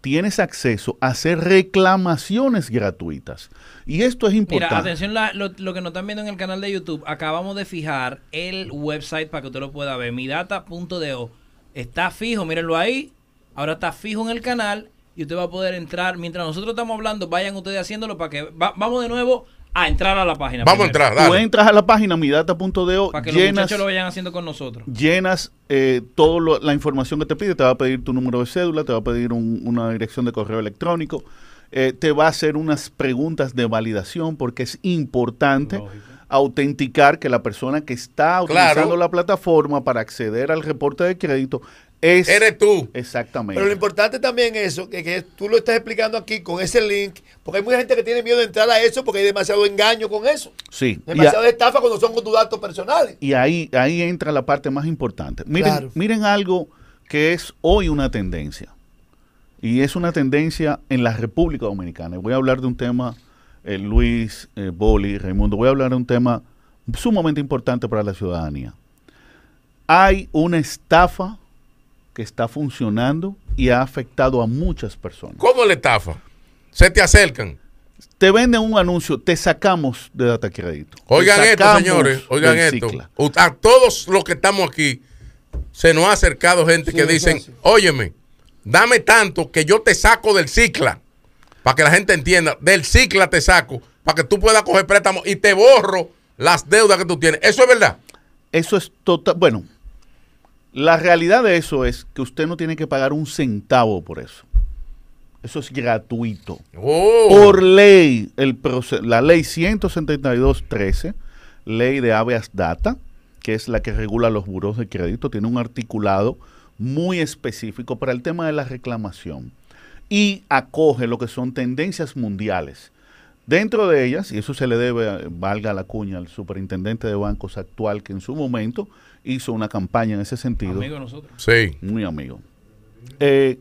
S4: Tienes acceso a hacer reclamaciones gratuitas. Y esto es
S1: Mira,
S4: importante.
S1: atención la- lo, lo que nos están viendo en el canal de YouTube. Acabamos de fijar el website para que usted lo pueda ver. Midata.do. Está fijo, mírenlo ahí. Ahora está fijo en el canal y usted va a poder entrar. Mientras nosotros estamos hablando, vayan ustedes haciéndolo para que... va- vamos de nuevo a entrar a la página.
S2: Vamos a
S1: primero,
S2: entrar,
S4: Tú
S2: dale.
S4: entras a la página midata.do,
S1: Para que los
S4: llenas,
S1: muchachos lo vayan haciendo con nosotros.
S4: llenas eh, toda la información que te pide, te va a pedir tu número de cédula, te va a pedir un- una dirección de correo electrónico, eh, te va a hacer unas preguntas de validación porque es importante autenticar que la persona que está utilizando la plataforma para acceder al reporte de crédito es...
S2: Eres tú.
S4: Exactamente.
S3: Pero lo importante también es eso, que, que tú lo estás explicando aquí con ese link, porque hay mucha gente que tiene miedo de entrar a eso porque hay demasiado engaño con eso.
S4: sí. y a-
S3: Demasiada estafa cuando son con tus datos personales.
S4: Y ahí, ahí entra la parte más importante. Miren,
S3: Claro.
S4: miren algo que es hoy una tendencia. Y es una tendencia en la República Dominicana. Y Voy a hablar de un tema, eh, Luis, eh, Boli, Raimundo, voy a hablar de un tema sumamente importante para la ciudadanía. Hay una estafa que está funcionando y ha afectado a muchas personas.
S2: ¿Cómo la estafa? Se te acercan.
S4: Te venden un anuncio, te sacamos de data crédito. Te
S2: Oigan esto,
S4: sacamos
S2: señores. Oigan
S4: del
S2: esto.
S4: Cicla.
S2: U- A todos los que estamos aquí, se nos ha acercado gente
S3: Sí,
S2: que
S3: eso
S2: dicen,
S3: hace.
S2: óyeme, dame tanto que yo te saco del cicla. Para que la gente entienda, del cicla te saco, para que tú puedas coger préstamo y te borro las deudas que tú tienes. Eso es verdad.
S4: Eso es total. Bueno, la realidad de eso es que usted no tiene que pagar un centavo por eso. Eso es gratuito.
S2: Oh.
S4: Por ley, el proce- la ley 172.13, ley de habeas data, que es la que regula los buros de crédito, tiene un articulado muy específico para el tema de la reclamación y acoge lo que son tendencias mundiales. Dentro de ellas, y eso se le debe, eh, valga la cuña, al superintendente de bancos actual que en su momento hizo una campaña en ese sentido
S1: Amigo de nosotros.
S2: Sí.
S4: muy amigo. Eh,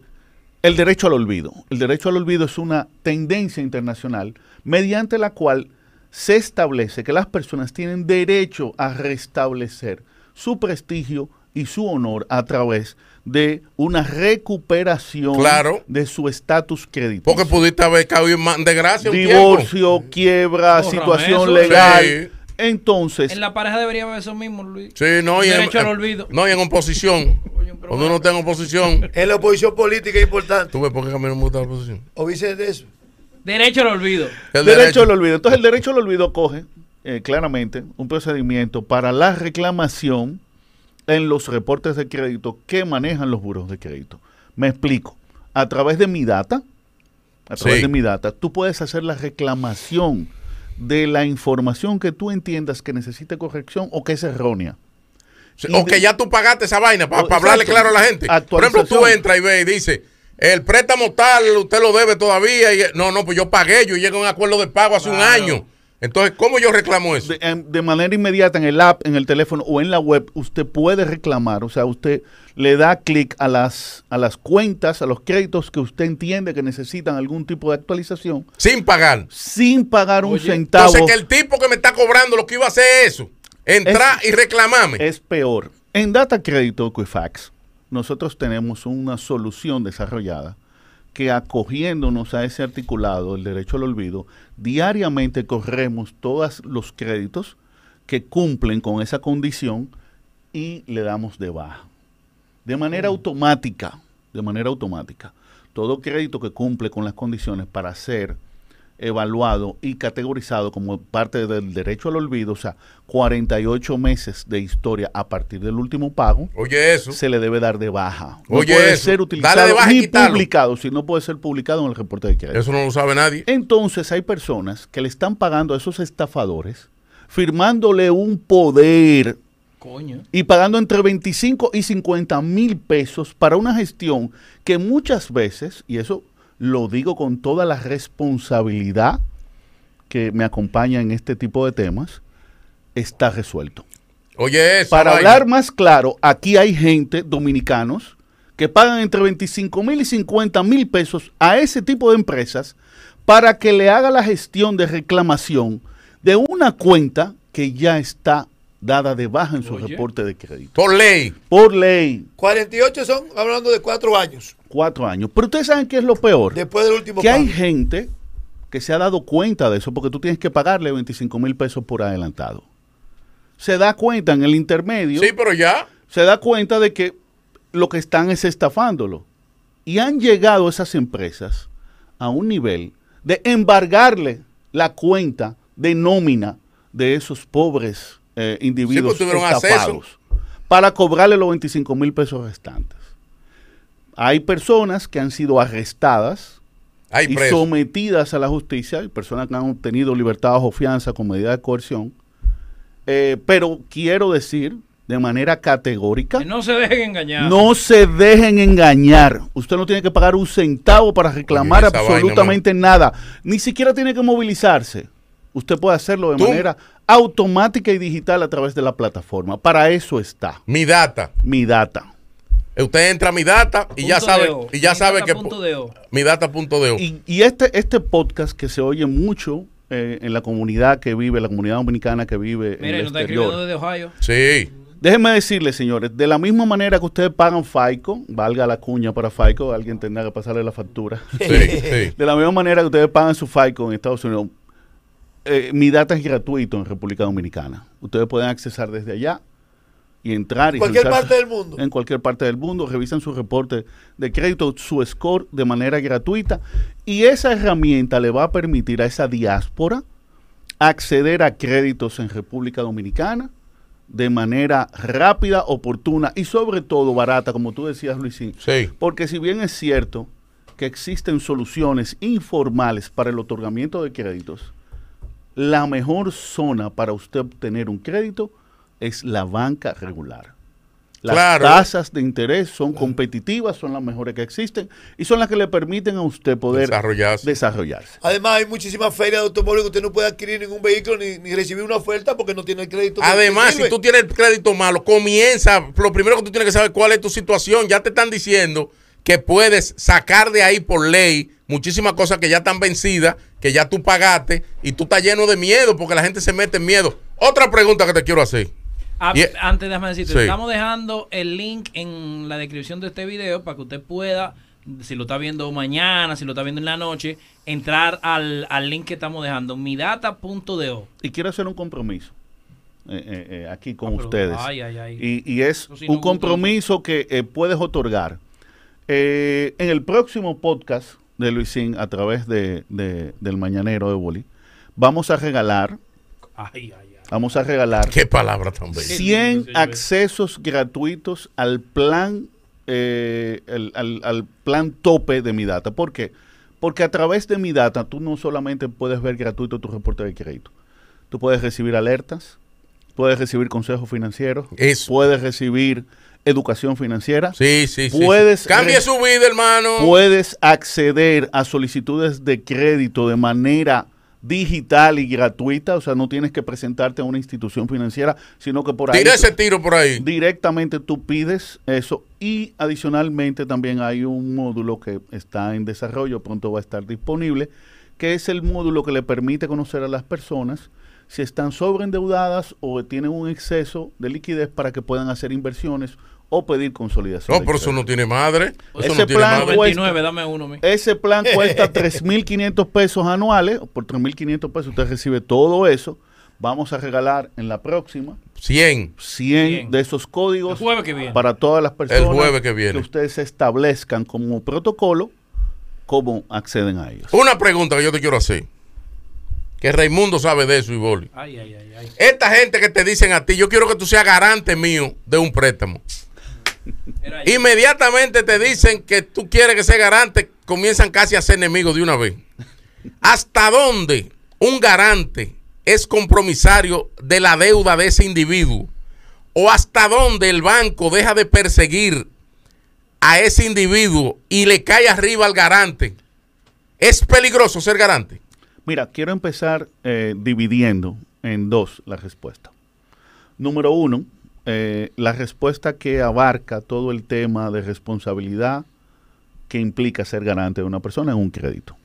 S4: el derecho al olvido. El derecho al olvido es una tendencia internacional mediante la cual se establece que las personas tienen derecho a restablecer su prestigio y su honor a través de una recuperación
S2: Claro.
S4: de su estatus crediticio.
S2: Porque pudiste haber caído en ma- desgracia un tiempo.
S4: Divorcio, quiebra,
S1: Bórrame
S4: situación
S1: eso.
S4: legal.
S2: Sí.
S4: Entonces,
S1: En la pareja debería haber eso mismo, Luis.
S2: Sí, no, y
S1: Derecho
S2: en,
S1: al olvido.
S2: No, y en oposición.
S1: Coño, un problema.
S2: Cuando uno está en oposición,
S3: En la oposición política es importante.
S2: tú ves por qué a mí no me gusta la oposición.
S3: ¿O dices de eso?
S1: Derecho al olvido.
S2: El
S4: derecho, al olvido. Entonces, el derecho al olvido coge eh, claramente un procedimiento para la reclamación en los reportes de crédito que manejan los buros de crédito. Me explico. A través de mi data, a través
S2: Sí.
S4: de mi data, tú puedes hacer la reclamación de la información que tú entiendas que necesite corrección o que es errónea.
S2: Sí, O que ya tú pagaste esa vaina para
S4: Exacto.
S2: hablarle claro a la gente. Por ejemplo, tú
S4: Actualización.
S2: entras y ves y dices, el préstamo tal, usted lo debe todavía. Y, no, no, pues yo pagué, yo llegué a un acuerdo de pago hace un
S1: Claro.
S2: año. Entonces, ¿cómo yo reclamo eso?
S4: de, en- de manera inmediata en el app, en el teléfono o en la web, usted puede reclamar. O sea, usted le da clic a las, a las cuentas, a los créditos que usted entiende que necesitan algún tipo de actualización
S2: Sin pagar.
S4: sin pagar un
S1: Oye,
S4: centavo.
S2: Entonces, que el tipo que me está cobrando lo que iba a hacer es eso. Entrar y reclamarme.
S4: Es peor. En Data Crédito Equifax, nosotros tenemos una solución desarrollada que acogiéndonos a ese articulado, el derecho al olvido, diariamente corremos todos los créditos que cumplen con esa condición y le damos de baja. De manera automática, de manera automática, todo crédito que cumple con las condiciones para ser evaluado y categorizado como parte del derecho al olvido, o sea, 48 meses de historia a partir del último pago,
S2: Oye, eso.
S4: se le debe dar de baja. No
S2: Oye,
S4: puede
S2: eso.
S4: ser
S2: Dale de
S4: utilizado
S2: baja y
S4: ni
S2: quítalo.
S4: publicado, si no puede ser publicado en el reporte de crédito.
S2: Eso no lo sabe nadie.
S4: Entonces hay personas que le están pagando a esos estafadores, firmándole un poder
S1: Coño.
S4: y pagando entre 25 y 50 mil pesos para una gestión que muchas veces, y eso lo digo con toda la responsabilidad que me acompaña en este tipo de temas, está resuelto.
S2: Oye, eso.
S4: Para hablar más claro, aquí hay gente, dominicanos, que pagan entre 25 mil y 50 mil pesos a ese tipo de empresas para que le haga la gestión de reclamación de una cuenta que ya está dada de baja en su
S1: Oye.
S4: reporte de crédito.
S2: Por ley.
S4: Por ley,
S3: 48 son, hablando de cuatro años,
S4: cuatro años. Pero ustedes saben qué es lo peor.
S3: después del último
S4: que hay
S3: pago.
S4: gente que se ha dado cuenta de eso porque tú tienes que pagarle 25 mil pesos por adelantado. Se da cuenta en el intermedio.
S2: Sí, pero ya.
S4: se da cuenta de que lo que están es estafándolo. Y han llegado esas empresas a un nivel de embargarle la cuenta de nómina de esos pobres eh, individuos
S2: Sí, pues tuvieron
S4: estafados para cobrarle los 25 mil pesos restantes. Hay personas que han sido arrestadas
S2: Hay
S4: y
S2: preso.
S4: sometidas a la justicia, y personas que han obtenido libertad bajo fianza con medida de coerción. Eh, pero quiero decir de manera categórica,
S1: Que no se dejen engañar.
S4: no se dejen engañar. Usted no tiene que pagar un centavo para reclamar
S2: Oye, esa vaina,
S4: absolutamente nada. Ni siquiera tiene que movilizarse. Usted puede hacerlo de
S2: Tú-
S4: manera automática y digital a través de la plataforma. Para eso está
S2: Mi data.
S4: mi data.
S2: Usted entra a mi data y ya
S1: Punto
S2: sabe,
S1: de o.
S2: y ya
S1: Mi
S2: sabe
S1: data
S2: que
S1: punto de o.
S2: mi data.deo.
S4: Y, y este, este podcast que se oye mucho eh, en la comunidad que vive, la comunidad dominicana que vive en
S1: Mira,
S4: el
S1: y nos está
S4: exterior.
S1: escribiendo desde Ohio.
S2: Sí.
S4: Déjenme decirles, señores, de la misma manera que ustedes pagan FICO, valga la cuña para FICO, alguien tendrá que pasarle la factura.
S2: Sí, sí.
S4: De la misma manera que ustedes pagan su FICO en Estados Unidos, eh, mi data es gratuito en República Dominicana. Ustedes pueden accesar desde allá y entrar. Y
S3: Cualquier
S4: revisar-
S3: parte del mundo.
S4: En cualquier parte del mundo. Revisan su reporte de crédito, su score de manera gratuita. Y esa herramienta le va a permitir a esa diáspora acceder a créditos en República Dominicana de manera rápida, oportuna y sobre todo barata, como tú decías, Luisín.
S2: Sí.
S4: Porque si bien es cierto que existen soluciones informales para el otorgamiento de créditos, la mejor zona para usted obtener un crédito es la banca regular. Las
S2: Claro.
S4: tasas de interés son competitivas, son las mejores que existen y son las que le permiten a usted poder
S2: Desarrollarse.
S4: desarrollarse.
S3: Además, hay muchísimas ferias de automóviles que usted no puede adquirir ningún vehículo ni, ni recibir una oferta porque no tiene el crédito. que
S2: Además,
S3: sirve.
S2: si tú tienes el crédito malo, comienza. Lo primero que tú tienes que saber cuál es tu situación. Ya te están diciendo que puedes sacar de ahí por ley muchísimas cosas que ya están vencidas, que ya tú pagaste y tú estás lleno de miedo porque la gente se mete en miedo. Otra pregunta que te quiero hacer.
S1: Ah,
S2: Yeah.
S1: Antes déjame decirte,
S2: Sí.
S1: estamos dejando el link en la descripción de este video para que usted pueda, si lo está viendo mañana, si lo está viendo en la noche, entrar al, al link que estamos dejando, midata.do.
S4: Y quiero hacer un compromiso eh, eh, eh, aquí con
S1: Ah, pero-
S4: ustedes.
S1: ay, ay, ay.
S4: Y, y es
S1: Eso sí nos
S4: un
S1: gusta
S4: compromiso que eh, puedes otorgar. Eh, en el próximo podcast de Luisín a través de, de- del Mañanero de Boli, vamos a regalar,
S1: Ay, ay, ay.
S4: vamos a regalar
S2: Qué palabra tan bella.
S4: 100 accesos gratuitos al plan eh, el- al, al plan tope de mi data. ¿Por qué? Porque a través de mi data tú no solamente puedes ver gratuito tu reporte de crédito, tú puedes recibir alertas, puedes recibir consejos financieros,
S2: Eso.
S4: puedes recibir educación financiera,
S2: Sí, sí, sí.
S4: Puedes-
S2: sí. Cambie su vida, hermano.
S4: puedes acceder a solicitudes de crédito de manera digital y gratuita, o sea, no tienes que presentarte a una institución financiera, sino que por ahí
S2: Tira
S4: tú-
S2: ese tiro por ahí.
S4: Directamente tú pides eso y adicionalmente también hay un módulo que está en desarrollo, pronto va a estar disponible, que es el módulo que le permite conocer a las personas si están sobreendeudadas o tienen un exceso de liquidez para que puedan hacer inversiones o pedir consolidación.
S2: No,
S4: de
S2: pero eso no tiene madre. Eso
S4: Ese
S2: no tiene
S4: plan,
S2: madre.
S4: güey.
S1: 99, dame uno. mi.
S4: ese plan cuesta 3.500 pesos anuales, por 3.500 pesos usted recibe todo eso. Vamos a regalar en la próxima
S2: 100.
S4: 100
S1: Bien.
S4: de esos códigos
S1: El jueves que viene.
S4: para todas las personas
S2: El jueves que viene.
S4: ustedes establezcan como protocolo cómo acceden a ellos.
S2: Una pregunta que yo te quiero hacer. Que Raimundo sabe de eso y Boli.
S1: Ay, ay, ay, ay.
S2: Esta gente que te dicen a ti, yo quiero que tú seas garante mío de un préstamo.
S1: Era ahí.
S2: Inmediatamente te dicen que tú quieres que sea garante, comienzan casi a ser enemigos de una vez. ¿Hasta dónde un garante es compromisario de la deuda de ese individuo? ¿O hasta dónde el banco deja de perseguir a ese individuo y le cae arriba al garante? ¿Es peligroso ser garante?
S4: Mira, quiero empezar eh, dividiendo en dos la respuesta. Número uno, eh, la respuesta que abarca todo el tema de responsabilidad que implica ser garante de una persona en un crédito.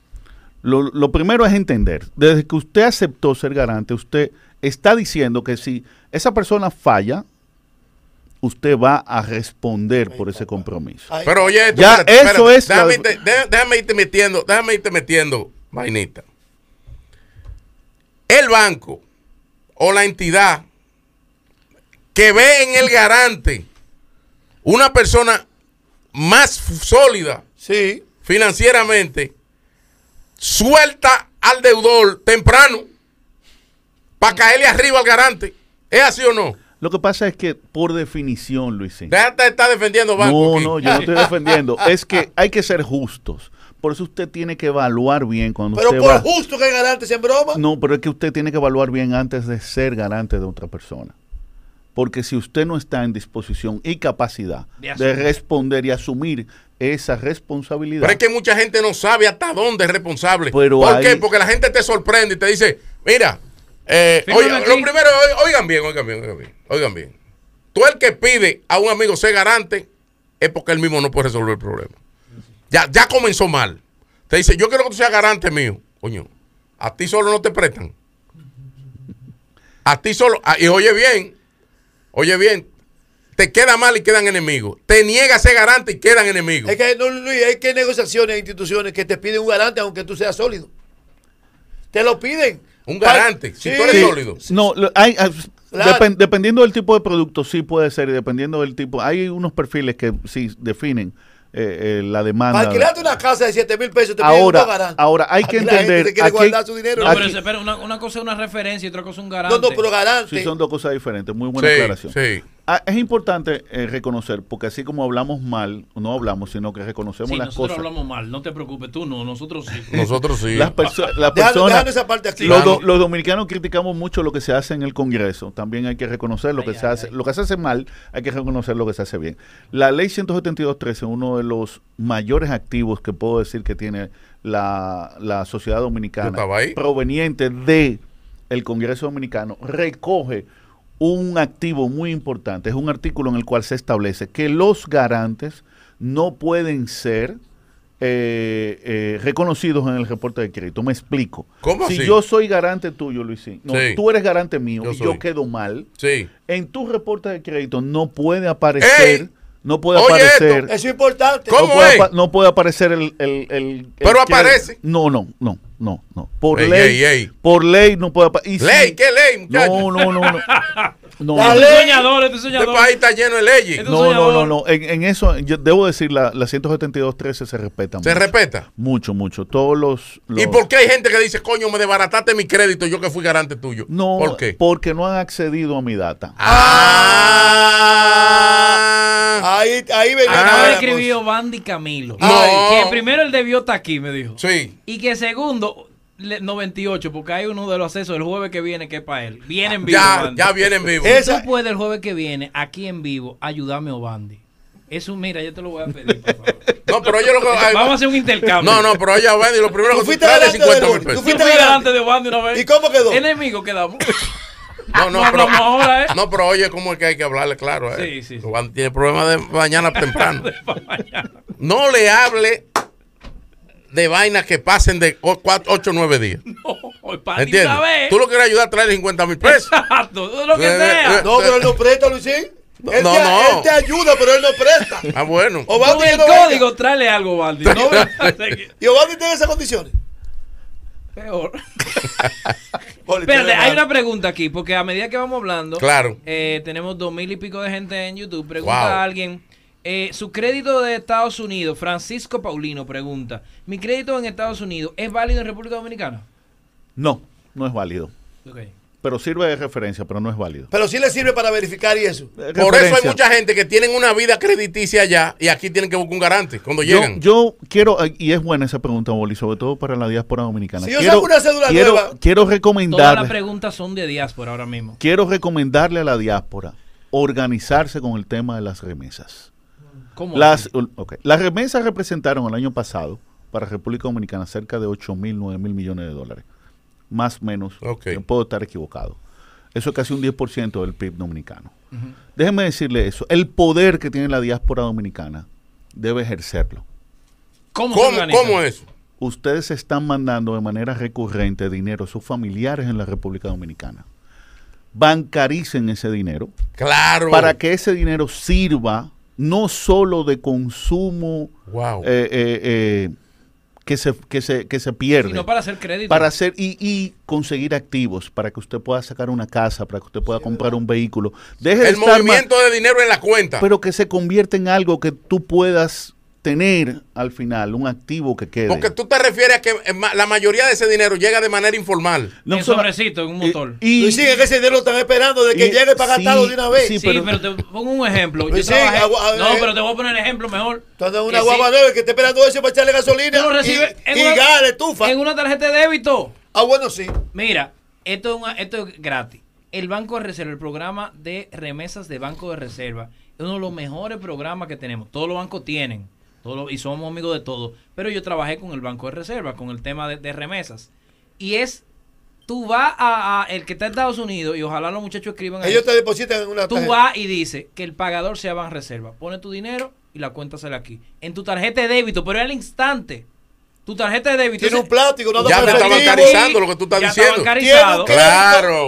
S4: Lo, lo primero es entender, desde que usted aceptó ser garante, usted está diciendo que si esa persona falla, usted va a responder por ese compromiso.
S3: Ay,
S2: Pero oye, esto,
S4: Ya, eso es
S2: Déjame,
S4: la-
S2: irte, dé- déjame irte metiendo, déjame irte metiendo, vainita. El banco o la entidad que ve en el garante una persona más f- sólida
S3: Sí.
S2: financieramente, suelta al deudor temprano para caerle arriba al garante. ¿Es así o no?
S4: Lo que pasa es que, por definición, Luisín,
S2: Déjate de estar defendiendo banco.
S4: No,
S2: aquí.
S4: no, yo no estoy defendiendo. Es que hay que ser justos. Por eso usted tiene que evaluar bien cuando
S3: Pero
S4: usted
S3: por
S4: va.
S3: justo que garante sea en broma.
S4: No, pero es que usted tiene que evaluar bien antes de ser garante de otra persona. Porque si usted no está en disposición y capacidad
S1: De
S4: de,
S1: asumir.
S4: responder y asumir esa responsabilidad.
S2: Pero es que mucha gente no sabe hasta dónde es responsable.
S4: Pero
S2: ¿Por
S4: ahí-
S2: qué? Porque la gente te sorprende y te dice, mira, eh,
S1: Fírmame
S2: oiga,
S1: aquí.
S2: lo primero, oi- oigan bien, oigan bien, oigan bien, oigan bien. Tú el que pide a un amigo ser garante es porque él mismo no puede resolver el problema. Ya, ya comenzó mal. Te dice, yo quiero que tú seas garante mío. Coño, a ti solo no te prestan. A ti solo, ah, y oye bien, oye bien, te queda mal y quedan enemigos. Te niega a ser garante y quedan enemigos.
S3: Es que no, Luis, es que hay negociaciones e instituciones que te piden un garante aunque tú seas sólido. Te lo piden.
S2: Un garante, si tú eres
S4: Sí,
S2: sólido.
S4: No, lo- hay- hay-
S3: Claro.
S4: depen- dependiendo del tipo de producto, sí puede ser. y Dependiendo del tipo. Hay unos perfiles que sí definen eh, eh, la demanda.
S3: Para alquilarte una casa de 7 mil pesos te piden un
S4: Ahora,
S3: garante.
S4: ahora hay que
S3: Aquí la gente
S4: entender.
S3: se quiere
S4: aquí-
S3: guardar su dinero.
S1: No,
S4: aquí-
S1: pero espera, una, una cosa es una referencia y otra cosa es un
S3: No,
S1: garante.
S3: no, pero garante.
S4: Sí, son dos cosas diferentes. Muy buena
S2: Sí,
S4: aclaración.
S2: sí.
S4: Ah, es importante eh, reconocer, porque así como hablamos mal, no hablamos, sino que reconocemos
S1: Sí,
S4: las
S1: nosotros
S4: cosas.
S1: hablamos mal, no te preocupes, tú no, nosotros sí.
S2: Nosotros sí. Ah,
S4: Las, perso- las
S3: Dejando,
S4: personas,
S3: dejando esa parte aquí.
S4: los,
S2: Claro.
S4: do- los dominicanos criticamos mucho lo que se hace en el Congreso. También hay que reconocer lo que se hace, lo que se hace mal, hay que reconocer lo que se hace bien. La ley 172.13, uno de los mayores activos que puedo decir que tiene la, la sociedad
S2: Yo
S4: dominicana,
S2: estaba ahí.
S4: proveniente de el Congreso dominicano, recoge un activo muy importante. Es un artículo en el cual se establece que los garantes no pueden ser eh, eh, reconocidos en el reporte de crédito. Me explico.
S2: ¿Cómo
S4: si
S2: así?
S4: yo soy garante tuyo, Luisín, no,
S2: Sí.
S4: tú eres garante mío
S2: Yo
S4: y
S2: soy.
S4: yo quedo mal,
S2: Sí.
S4: en tu reporte de crédito no puede aparecer,
S2: ¡Ey!
S4: no puede
S2: Oye eh,
S4: aparecer,
S3: Eso es importante.
S2: ¿Cómo
S4: no, puede
S2: es?
S4: apa- no puede aparecer el, el- el- el
S2: Pero
S4: crédito.
S2: aparece.
S4: No, no, no, no, no. Por
S2: Ey, ey,
S4: ley,
S2: ey.
S4: por ley no puede aparecer.
S2: Ley, ¿qué ley, muchacho?
S4: No, no, no, no. No,
S3: La
S4: no.
S1: Tú
S3: ley.
S1: soñador, este
S2: Este
S1: soñador.
S2: país está lleno de leyes.
S1: Entonces-
S4: No, no, no,
S1: soñador.
S4: no. En, en eso, yo debo decir, la, la 172.13 se respeta
S2: Se
S4: mucho.
S2: respeta.
S4: Mucho, mucho. Todos los... los-
S2: ¿Y por qué hay gente que dice, coño, me desbarataste mi crédito, yo que fui garante tuyo?
S4: No,
S2: ¿Por qué?
S4: porque no han accedido a mi data.
S2: Ah.
S3: Ahí, ahí venía.
S1: Acaba
S2: Ah,
S1: de
S3: la
S1: escribir
S3: cosa.
S1: Bandy Camilo.
S2: No.
S1: Que primero el debió estar aquí, me dijo.
S2: Sí.
S1: Y que segundo, le- 98, porque hay uno de los accesos el jueves que viene que es para él. Viene en vivo.
S2: Ya,
S1: Bandy.
S2: ya viene en vivo.
S3: Es-
S1: Tú puedes el jueves que viene, aquí en vivo, ayudarme, Obandi. Eso, mira, yo te lo voy a pedir, por favor.
S2: No, pero yo lo que. ay,
S1: Vamos a hacer un intercambio.
S2: No, no, pero ella va y lo primero
S3: Tú
S2: que tú
S3: fuiste
S2: traes es
S3: delante
S2: 50
S3: del
S2: mil
S3: Boni, tú
S2: pesos.
S1: Yo fui
S3: Fuiste
S1: delante de Obandi una vez.
S3: ¿Y cómo quedó?
S1: Enemigo quedamos.
S2: No, no,
S1: No
S2: pero,
S1: hablamos ahora, ¿eh?
S2: no, pero oye, ¿cómo es que hay que hablarle? Claro, ¿eh?
S1: Sí, sí, sí.
S2: Juan Tiene problemas de mañana temprano.
S1: Para mañana.
S2: No le hable de vainas que pasen de 8 o 9 días.
S1: No, para ti
S2: ¿Entiendes?
S1: una vez.
S2: Tú lo quieres ayudar a traerle 50 mil pesos.
S1: Exacto, lo que
S2: Eh,
S1: sea.
S2: eh,
S3: No, pero él no presta, Luisín.
S2: No,
S3: Él,
S2: no,
S3: te,
S2: no.
S3: él te ayuda, pero él no presta.
S2: Ah, bueno.
S4: Oh,
S3: Obandi
S1: Con
S3: que
S1: el
S3: no venga.
S1: código, tráele algo, Obandi. No,
S3: Y Obandi tiene esas condiciones.
S1: peor.
S3: Poli,
S1: Espérate,
S3: tiene
S1: hay
S3: mal.
S1: una pregunta aquí, porque a medida que vamos hablando,
S2: Claro.
S1: eh, tenemos dos mil y pico de gente en YouTube. Pregunta
S2: Wow.
S1: a alguien, eh, su crédito de Estados Unidos, Francisco Paulino pregunta, ¿mi crédito en Estados Unidos es válido en República Dominicana?
S4: No, no es válido. Pero sirve de referencia, pero no es válido.
S3: Pero sí le sirve para verificar y eso.
S4: Eh,
S2: Por eso hay
S4: referencia.
S2: mucha gente que tienen una vida crediticia allá y aquí tienen que buscar un garante cuando
S4: Yo,
S2: llegan.
S4: yo quiero, eh, y es buena esa pregunta, Boli, sobre todo para la diáspora dominicana.
S3: Si yo
S4: quiero,
S3: saco una cédula
S4: quiero,
S3: nueva-
S4: quiero
S1: Todas las
S4: recomendarle,
S1: preguntas son de diáspora ahora mismo.
S4: quiero recomendarle a la diáspora organizarse con el tema de las remesas.
S1: ¿Cómo?
S4: Las,
S1: así?
S4: ok. Las remesas representaron el año pasado para República Dominicana cerca de 8 mil, 9 mil millones de dólares. Más o menos.
S2: Ok.
S4: Yo puedo estar equivocado. Eso es casi un 10% del PIB dominicano. Déjeme decirle eso. El poder que tiene la diáspora dominicana debe ejercerlo.
S1: ¿Cómo, se
S2: ¿Cómo,
S1: organizan?
S2: ¿Cómo es?
S4: Ustedes están mandando de manera recurrente dinero a sus familiares en la República Dominicana. Bancaricen ese dinero
S2: Claro.
S4: para que ese dinero sirva no solo de consumo
S2: Wow.
S4: eh, eh, eh, que, se, que, se, que se pierde.
S1: Si no para hacer crédito.
S4: Para hacer y, y conseguir activos, para que usted pueda sacar una casa, para que usted pueda comprar un vehículo. Deje de
S2: el
S4: estar ma-
S2: movimiento de dinero en la cuenta.
S4: pero que se convierta en algo que tú puedas tener al final, un activo que quede.
S2: Porque tú te refieres a que eh, ma- la mayoría de ese dinero llega de manera informal.
S4: No
S1: En
S4: solo-
S1: sobrecito, en un motor.
S4: Y,
S3: Luisín, es que ese dinero lo están esperando de que
S4: y-
S3: llegue para
S4: sí,
S3: gastarlo de una vez.
S4: sí,
S1: Sí, pero,
S4: pero-
S1: te pongo un ejemplo. Yo
S3: Pues sí,
S1: trabajé-
S3: agua- a-
S1: no,
S3: eh,
S1: pero te voy a poner ejemplo mejor.
S3: Tú andas en
S1: Que
S3: una
S1: sí,
S3: guagua nueva que está esperando eso para echarle gasolina.
S1: tú lo recibes
S3: y
S1: en
S3: y
S1: una-
S3: gas, la estufa.
S1: En una tarjeta de débito.
S3: Ah, bueno, sí.
S1: Mira, esto es, una- esto es gratis. El Banco de Reserva, el programa de remesas de Banco de Reserva, es uno de los mejores programas que tenemos. Todos los bancos tienen, todos los- y somos amigos de todos. Pero yo trabajé con el Banco de Reserva, con el tema de, de remesas. Y es, tú vas a, a- el que está en Estados Unidos, y ojalá los muchachos escriban ahí,
S3: Ellos te depositan en una
S1: tú
S3: tarjeta.
S1: vas y dices que el pagador sea Banreserva. Pone tu dinero y la cuenta sale aquí. En tu tarjeta de débito, pero al instante. Tu tarjeta de débito.
S3: Tiene
S1: Entonces,
S3: un plástico, no anda
S2: Ya
S3: para
S2: te está
S3: efectivo.
S2: bancarizando. lo que tú estás
S1: Ya
S2: diciendo.
S1: Está bancarizado.
S3: Tiene
S2: Claro.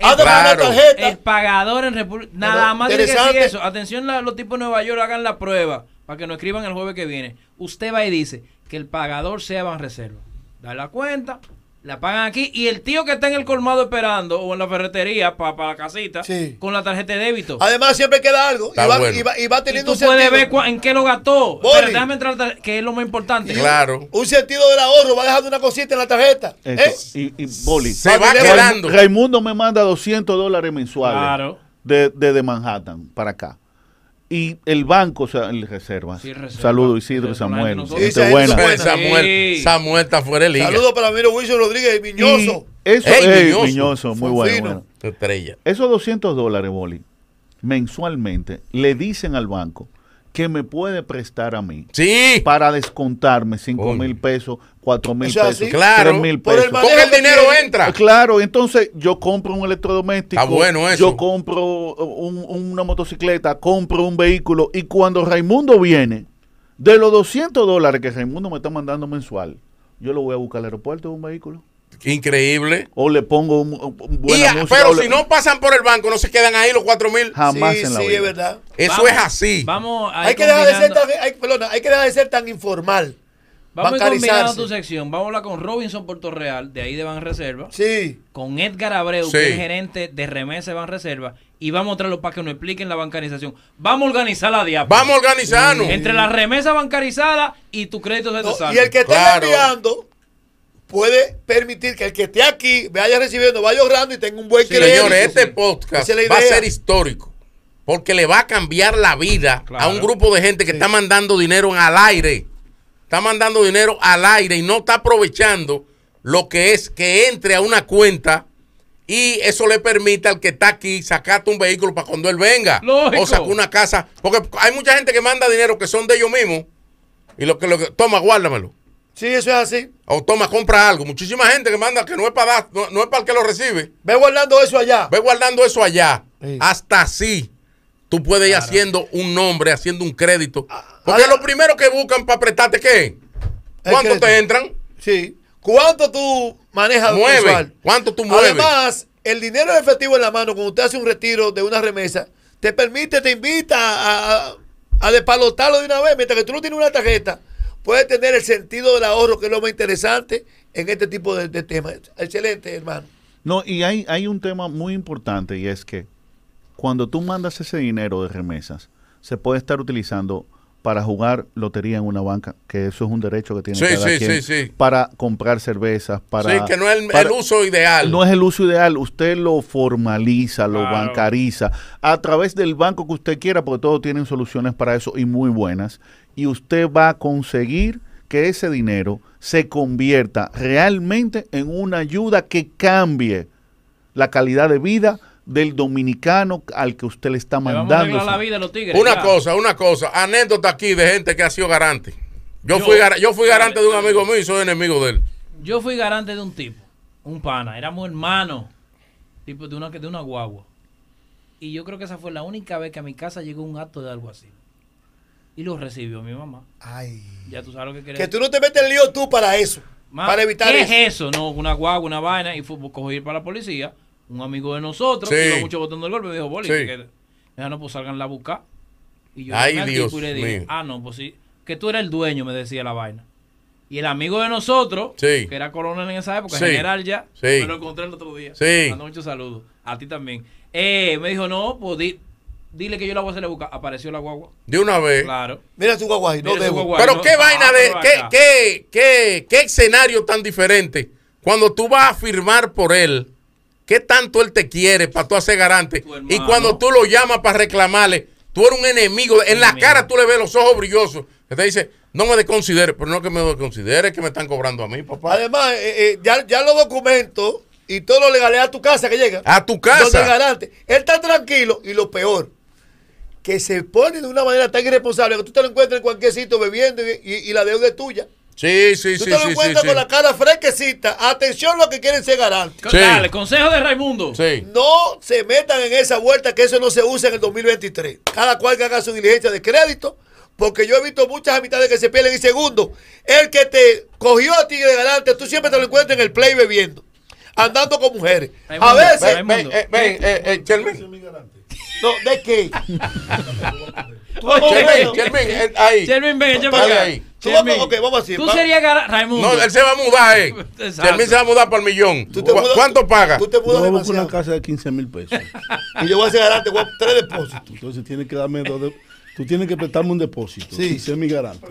S3: Anda para
S2: Claro.
S3: una tarjeta.
S1: El pagador en República. Nada
S3: Pero,
S1: más tiene que decir
S3: interesante.
S1: eso. Atención, la- los tipos de Nueva York hagan la prueba para que nos escriban el jueves que viene. Usted va y dice que el pagador sea Banreserva. Da la cuenta, la pagan aquí y el tío que está en el colmado esperando o en la ferretería para la casita
S3: Sí.
S1: con la tarjeta de débito.
S3: Además, siempre queda algo. Y
S2: Está
S3: va,
S2: bueno.
S3: y va- y va
S1: Y
S3: teniendo
S1: tú
S3: un sentido.
S1: puedes ver cua- en qué lo gastó.
S3: Boli.
S1: Pero déjame entrar, al tar- que es lo más importante.
S2: Claro.
S3: Un sentido del ahorro. Va dejando una cosita en la tarjeta.
S4: Eso,
S3: ¿Eh?
S4: y, y Boli.
S2: Se va
S4: Raimu-
S2: quedando.
S4: Raimundo me manda 200 dólares mensuales.
S1: Claro.
S4: de, de- de Manhattan para acá. Y el banco, o sea, el reserva.
S1: Sí, Reserva.
S4: Saludos Isidro y
S1: Reserva,
S4: Samuel.
S1: nosotros.
S4: Gente
S3: Sí, sí,
S4: buena.
S3: Bueno.
S2: Samuel,
S1: Sí.
S2: Samuel está fuera de liga.
S3: Saludos para Miro Wilson Rodríguez y Miñoso.
S4: Y Eso,
S2: Ey,
S4: ey,
S2: Miñoso.
S4: Miñoso, muy
S3: Fue
S4: bueno,
S3: fino.
S4: bueno.
S2: Estrella.
S4: Esos 200 dólares, Boli, mensualmente, le dicen al banco que me puede prestar a mí
S2: Sí.
S4: para descontarme 5
S2: Coño.
S4: mil pesos, 4 mil
S3: Eso es
S4: pesos,
S3: así.
S4: 3
S2: Claro,
S4: mil
S3: por el
S4: pesos.
S3: manejo
S2: Porque el
S3: que
S2: dinero
S3: tiene.
S2: entra.
S4: Claro, entonces yo compro un electrodoméstico,
S2: Está bueno eso.
S4: yo compro uh, un- una motocicleta, compro un vehículo y cuando Raimundo viene, de los 200 dólares que Raimundo me está mandando mensual, yo lo voy a buscar al aeropuerto de un vehículo
S2: Increíble.
S4: o le pongo un, un-
S2: Y,
S4: buena
S2: ah,
S4: música. o
S2: pero
S4: le-
S2: si no pasan por el banco, no se quedan ahí los cuatro mil.
S4: jamás
S3: sí,
S4: en la
S3: sí,
S4: vida.
S3: es verdad.
S2: Eso
S1: Vamos,
S2: es así.
S1: Vamos a ir
S3: Hay que, dejar de ser
S1: combinando-
S3: tan, hay, perdona, hay que dejar de ser tan informal.
S1: Vamos a ir combinando tu
S3: bancarizarse.
S1: sección. Vamos a hablar con Robinson Puerto Real, de ahí de Ban Reserva.
S3: Sí.
S1: Con Edgar Abreu,
S2: Sí.
S1: que es gerente de Remesa de Ban Reserva. Y vamos a traerlo para que nos expliquen la bancarización. Vamos a organizar la diáspora.
S2: Vamos a organizarnos.
S1: Entre la remesa bancarizada y tu crédito de
S3: No,
S1: desarme.
S3: y el que esté
S2: Claro.
S3: enviando puede permitir que el que esté aquí vaya recibiendo, vaya ahorrando y tenga un buen crédito.
S2: Señores, este
S1: sí.
S2: podcast
S3: Esa es la
S2: va a
S3: idea.
S2: ser histórico. Porque le va a cambiar la vida a un
S1: Claro.
S2: grupo de gente que está mandando dinero al aire. Está mandando dinero al aire y no está aprovechando lo que es que entre a una cuenta y eso le permite al que está aquí sacarte un vehículo para cuando él venga.
S1: Lógico.
S2: O sacar una casa. Porque hay mucha gente que manda dinero que son de ellos mismos y lo que, lo que toma, guárdamelo.
S3: Sí, eso es así.
S2: O toma, compra algo. Muchísima gente que manda que no es para dar, no- no es para el que lo recibe.
S3: Ve guardando eso allá.
S2: Ve guardando eso allá.
S3: Sí.
S2: Hasta así. Tú puedes ir haciendo un nombre, haciendo un crédito.
S3: Ah,
S2: Porque
S3: a-
S2: lo primero que buscan para prestarte, ¿qué?
S3: El
S2: ¿Cuánto
S3: crédito.
S2: te entran?
S3: Sí. ¿Cuánto tú manejas
S2: Mueve.
S3: mensual?
S2: ¿Cuánto tú mueves?
S3: Además, el dinero en efectivo en la mano, cuando usted hace un retiro de una remesa, te permite, te invita a, a, a despalotarlo de una vez. Mientras que tú no tienes una tarjeta, puedes tener el sentido del ahorro, que es lo más interesante en este tipo de, de temas. Excelente, hermano.
S4: No, y hay, hay un tema muy importante y es que cuando tú mandas ese dinero de remesas, se puede estar utilizando para jugar lotería en una banca, que eso es un derecho que tiene
S2: Sí,
S4: cada
S2: sí,
S4: quien,
S2: sí, sí.
S4: para comprar cervezas, para...
S2: sí, que no es el,
S4: para-
S2: el uso ideal.
S4: no es el uso ideal, usted lo formaliza, lo
S1: Claro.
S4: bancariza a través del banco que usted quiera, porque todos tienen soluciones para eso y muy buenas. Y usted va a conseguir que ese dinero se convierta realmente en una ayuda que cambie la calidad de vida del dominicano al que usted le está
S1: Le vamos
S4: mandando.
S1: a arreglar
S4: su-
S1: la vida a los tigres.
S2: una
S1: ya.
S2: cosa, una cosa. Anécdota aquí de gente que ha sido garante. Yo,
S1: Yo-
S2: fui, gar- yo fui garante de un amigo mío y soy enemigo de él.
S1: Yo fui garante de un tipo, un pana, éramos hermanos, tipo de una, de una guagua. Y yo creo que esa fue la única vez que a mi casa llegó un acto de algo así. Y lo recibió mi mamá.
S3: Ay.
S1: Ya tú sabes lo que quería.
S3: Que tú no te metes en lío tú para eso.
S1: Ma,
S3: para evitar
S1: ¿Qué
S3: eso.
S1: es eso? No, una guagua, una vaina. Y fue cogió ir para la policía. Un amigo de nosotros,
S2: Sí.
S1: que iba mucho botando el golpe, me dijo, Boli,
S2: Sí.
S1: que, ya no, pues salgan a buscar. Y yo
S2: Ay,
S1: llamé al
S2: Dios
S1: tipo y le dije,
S2: mío.
S1: ah, no, pues sí, que tú eres el dueño, me decía la vaina. Y el amigo de nosotros,
S2: Sí.
S1: que era coronel en esa época,
S2: Sí.
S1: general ya,
S2: Sí.
S1: me lo encontré el otro día.
S2: Sí.
S1: Mando muchos saludos. A ti también. Eh, me dijo, no, pues di- dile que yo la voy a hacer a buscar. Apareció la guagua.
S2: De una vez.
S1: Claro.
S3: Mira su guagua ahí, no
S1: Mira su
S3: debo.
S1: guagua.
S2: Pero
S1: no,
S2: qué vaina
S1: ah,
S2: de,
S1: pero
S2: qué,
S1: acá.
S2: qué, qué, qué escenario tan diferente. Cuando tú vas a firmar por él, qué tanto él te quiere para tú hacer garante.
S1: Tu
S2: Y
S1: hermano.
S2: cuando tú lo llamas para reclamarle, tú eres un enemigo. En la
S1: Enemigo.
S2: cara tú le ves los ojos brillosos. Que te dice, no me desconsidere. Pero no que me desconsidere, que me están cobrando a mí, papá.
S3: Además, eh, eh, ya, ya los documentos y todo lo legalidad a tu casa que llega.
S2: A tu
S3: Donde el
S2: casa.
S3: garante. Él está tranquilo y lo peor, que se pone de una manera tan irresponsable que tú te lo encuentras en cualquier sitio bebiendo y, y- y la deuda es tuya.
S2: Sí, sí, sí,
S3: Tú te lo
S2: sí, sí,
S3: encuentras
S2: sí.
S3: con la cara fresquecita. Atención los que quieren ser garantes.
S2: Sí.
S1: Dale, consejo de Raimundo.
S2: Sí.
S3: No se metan en esa vuelta que eso no se usa en el 2023. Cada cual que haga su diligencia de crédito, porque yo he visto muchas amistades que se pierden. Y segundo, el que te cogió a ti de garante, tú siempre te lo encuentras en el play bebiendo, andando con mujeres. A
S1: Raimundo,
S3: veces,
S2: Ven,
S1: Raimundo.
S2: ven, eh, ven, eh, eh, Chelmin.
S3: no, ¿de qué?
S2: Ah,
S3: Tú,
S2: Chelmin,
S3: bueno,
S2: Chelmin, eh, ahí.
S1: Sherwin, ven, echa
S2: Dale
S1: para acá.
S2: ahí.
S3: Tú vamos-
S1: Sherwin,
S3: ok, vamos así,
S1: Tú
S3: va-
S1: serías gara- Raimundo.
S2: No, él se va a mudar, eh.
S1: Exacto.
S2: Chelmin se va a mudar para el millón.
S3: tú te
S2: ¿Cu-
S3: mudas-
S2: ¿Cuánto paga?
S3: Tú te mudas
S5: Yo voy a buscar
S3: demasiado.
S5: una casa de 15 mil pesos.
S3: Y yo voy a hacer garante, voy a tres depósitos.
S5: Entonces tiene que darme dos de- Tú tienes que prestarme un depósito.
S3: Sí.
S5: Sí. Ser mi garante.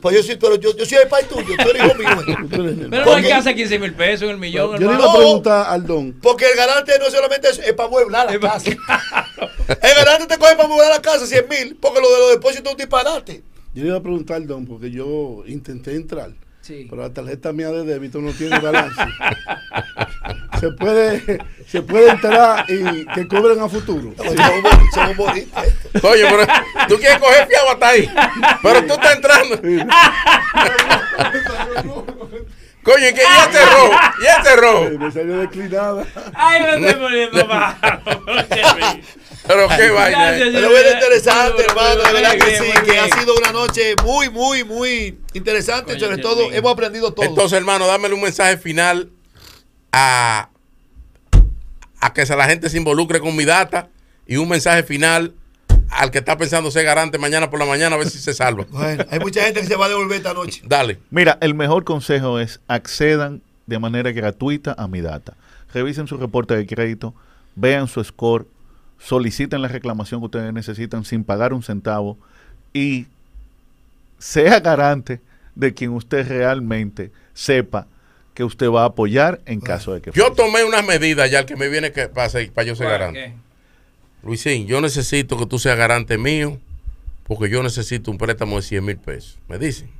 S3: Pues yo sí, pero yo, yo soy el pai tuyo, tú eres hijo mío. eh.
S5: Tú eres el-
S1: Pero no
S3: Porque-
S1: hay que hacer 15 mil pesos en el millón,
S5: Yo le
S1: hermano.
S5: iba a preguntar al don.
S3: Porque el garante no solamente es, es para mueblar la
S1: Es pa-
S3: casa. El garante te coge para mueblar la casa 100 mil, porque lo de los depósitos es un disparate.
S5: Yo le iba a preguntar al don porque yo intenté entrar.
S1: Sí.
S5: Pero la tarjeta mía de débito no tiene balance. se puede, se puede entrar y que cobren a futuro.
S3: Somos bonitos, somos bonitos.
S2: Oye, pero tú quieres coger fiado hasta ahí. Pero tú estás entrando. Coño, ¿y qué? ¿Y este rojo? ¿Y este
S5: Eh,
S2: rojo?
S5: Me salió declinada.
S1: Ay, me estoy poniendo malo. Jerry.
S2: Pero qué vaina.
S1: Gracias,
S2: eh.
S3: Pero bueno, interesante, hermano, de verdad que
S1: Muy
S3: sí,
S1: bien, muy
S3: que ha
S1: bien.
S3: sido una noche muy, muy, muy interesante.
S1: Coño,
S3: Sobre
S1: qué
S3: todo,
S1: bien.
S3: hemos aprendido todo.
S2: Entonces, hermano, dámele un mensaje final a, a que se- la gente se involucre con mi data y un mensaje final al que está pensando ser garante mañana por la mañana a ver si se salva.
S3: Bueno, hay mucha gente que se va a devolver esta noche.
S2: Dale.
S4: Mira, el mejor consejo es accedan de manera gratuita a mi data. Revisen su reporte de crédito, vean su score, soliciten la reclamación que ustedes necesitan sin pagar un centavo y sea garante de quien usted realmente sepa que usted va a apoyar en caso de que
S2: Ah. Yo
S4: falle.
S2: tomé unas medidas ya el que me viene que para, ser- para yo ser garante.
S1: Ok.
S2: Luisín, yo necesito que tú seas garante mío porque yo necesito un préstamo de 100 mil pesos. Me dicen.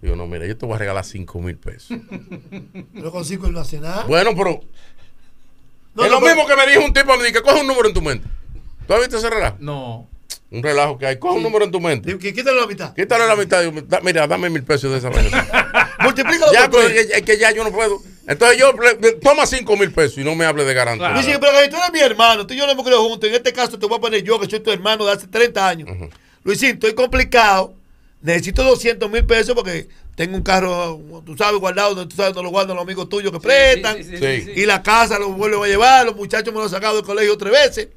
S2: Digo, no, mira, yo te voy a regalar 5 mil pesos.
S3: Pero con cinco él no hace nada.
S2: bueno, pero
S3: No,
S2: es
S3: no,
S2: lo
S3: pero-
S2: mismo que me dijo un tipo, me dice, coge un número en tu mente. ¿Tú has visto ese relajo?
S1: No.
S2: Un relajo que hay. Coge un número en tu mente.
S3: Digo, que Quítale la mitad.
S2: Quítale la mitad. Digo, da- mira, dame mil pesos de esa vaina.
S3: Multiplícalo
S2: ya, pues,
S3: por
S2: pero
S3: tres.
S2: es que- es que ya yo no puedo. Entonces yo, le- le- toma cinco mil pesos y no me hable de Ah, garante.
S1: Claro.
S3: Dice, pero Gaby, tú eres mi hermano, tú y yo no hemos creído juntos. En este caso te voy a poner yo, que soy tu hermano de hace 30 años. Luisín, estoy complicado. Necesito 200 mil pesos porque tengo un carro, tú sabes, guardado, donde tú sabes, no lo guardan los amigos tuyos que prestan.
S2: Sí.
S3: Y la casa lo vuelvo a llevar, los muchachos me lo han sacado del colegio tres veces.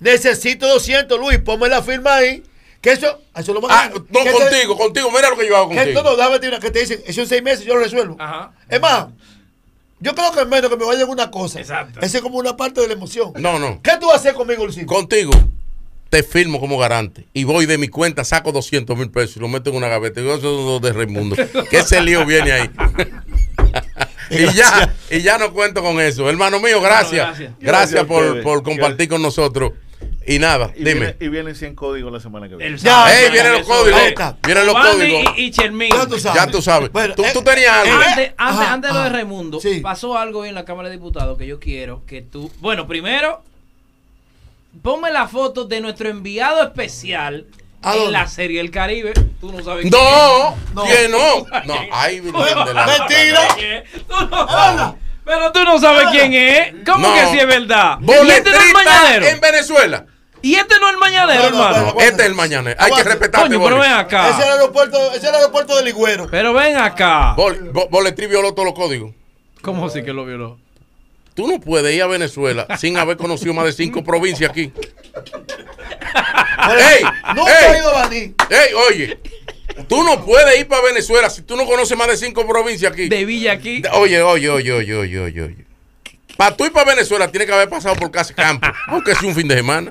S3: Necesito 200, Luis, ponme la firma ahí. Que eso, eso lo
S2: Ah,
S3: mandan.
S2: no,
S3: Que te-
S2: contigo, contigo. Mira lo que yo hago
S3: que-
S2: contigo.
S3: no, no, déjame decir una que te dicen, eso en seis meses yo lo resuelvo.
S1: Ajá.
S3: Es más, yo creo que al menos que me vaya alguna cosa.
S1: Exacto.
S3: Esa es como una parte de la emoción.
S2: No, no.
S3: ¿Qué tú vas a hacer conmigo, Luisito?
S2: Contigo te firmo como garante y voy de mi cuenta, saco 200 mil pesos y lo meto en una gaveta. Y digo, eso es lo de Raimundo. Que ese lío viene ahí. y, ya, y ya no cuento con eso. Hermano mío, gracias.
S1: No,
S2: gracias.
S1: gracias.
S4: Gracias a
S2: por,
S4: ustedes.
S2: por compartir con nosotros. Y nada,
S4: Y
S2: dime.
S4: viene- y vienen 100 códigos la semana que viene.
S1: El
S3: Ya,
S1: sábado,
S3: ey,
S1: hermano,
S2: vienen los
S1: eso,
S2: códigos,
S1: eh.
S3: eh.
S2: Vienen los
S1: Giovanni
S2: códigos.
S1: Y, y Chermín.
S3: Ya tú sabes.
S2: Ya tú sabes.
S3: Bueno,
S2: tú,
S3: eh,
S2: tú tenías algo.
S3: eh,
S1: Antes, antes,
S3: Ajá,
S1: antes de lo de
S3: ajá.
S1: Raimundo,
S3: Sí.
S1: pasó algo hoy en la Cámara de Diputados que yo quiero que tú. Bueno, primero, ponme la foto de nuestro enviado especial
S3: ¿A
S1: en
S3: dónde?
S1: la serie El Caribe. Tú no sabes
S2: no,
S3: No.
S2: que no. No, ay, Virgen de la-
S3: Mentira.
S1: quién es. Tú no sabes. Pero tú no sabes
S3: Hola.
S1: quién es. ¿Cómo
S2: No.
S1: que sí es verdad? Y este no es el
S2: Boletrista
S1: mañanero.
S2: en Venezuela.
S1: Y este no es el mañanero,
S3: No, no,
S1: hermano.
S3: no, no,
S2: Este es el mañanero. Hay que
S3: Aguanta.
S2: respetarte,
S1: Coño, pero
S2: Boris.
S1: ven acá.
S3: Ese es el aeropuerto, ese es el aeropuerto de Ligüero.
S1: Pero ven acá.
S2: Bol, Bo- Boletri violó todos los códigos.
S1: ¿Cómo así que lo violó?
S2: Tú no puedes ir a Venezuela sin haber conocido más de cinco provincias aquí. ¡Ey!
S3: Nunca he
S2: ¡Ey!
S3: ido a Baní.
S2: ¡Ey! Oye, tú no puedes ir para Venezuela si tú no conoces más de cinco provincias aquí.
S1: De Villa aquí.
S2: Oye, oye, oye, oye, oye, oye, oye. Para tú ir para Venezuela tienes que haber pasado por Casa Campo, aunque sea un fin de semana.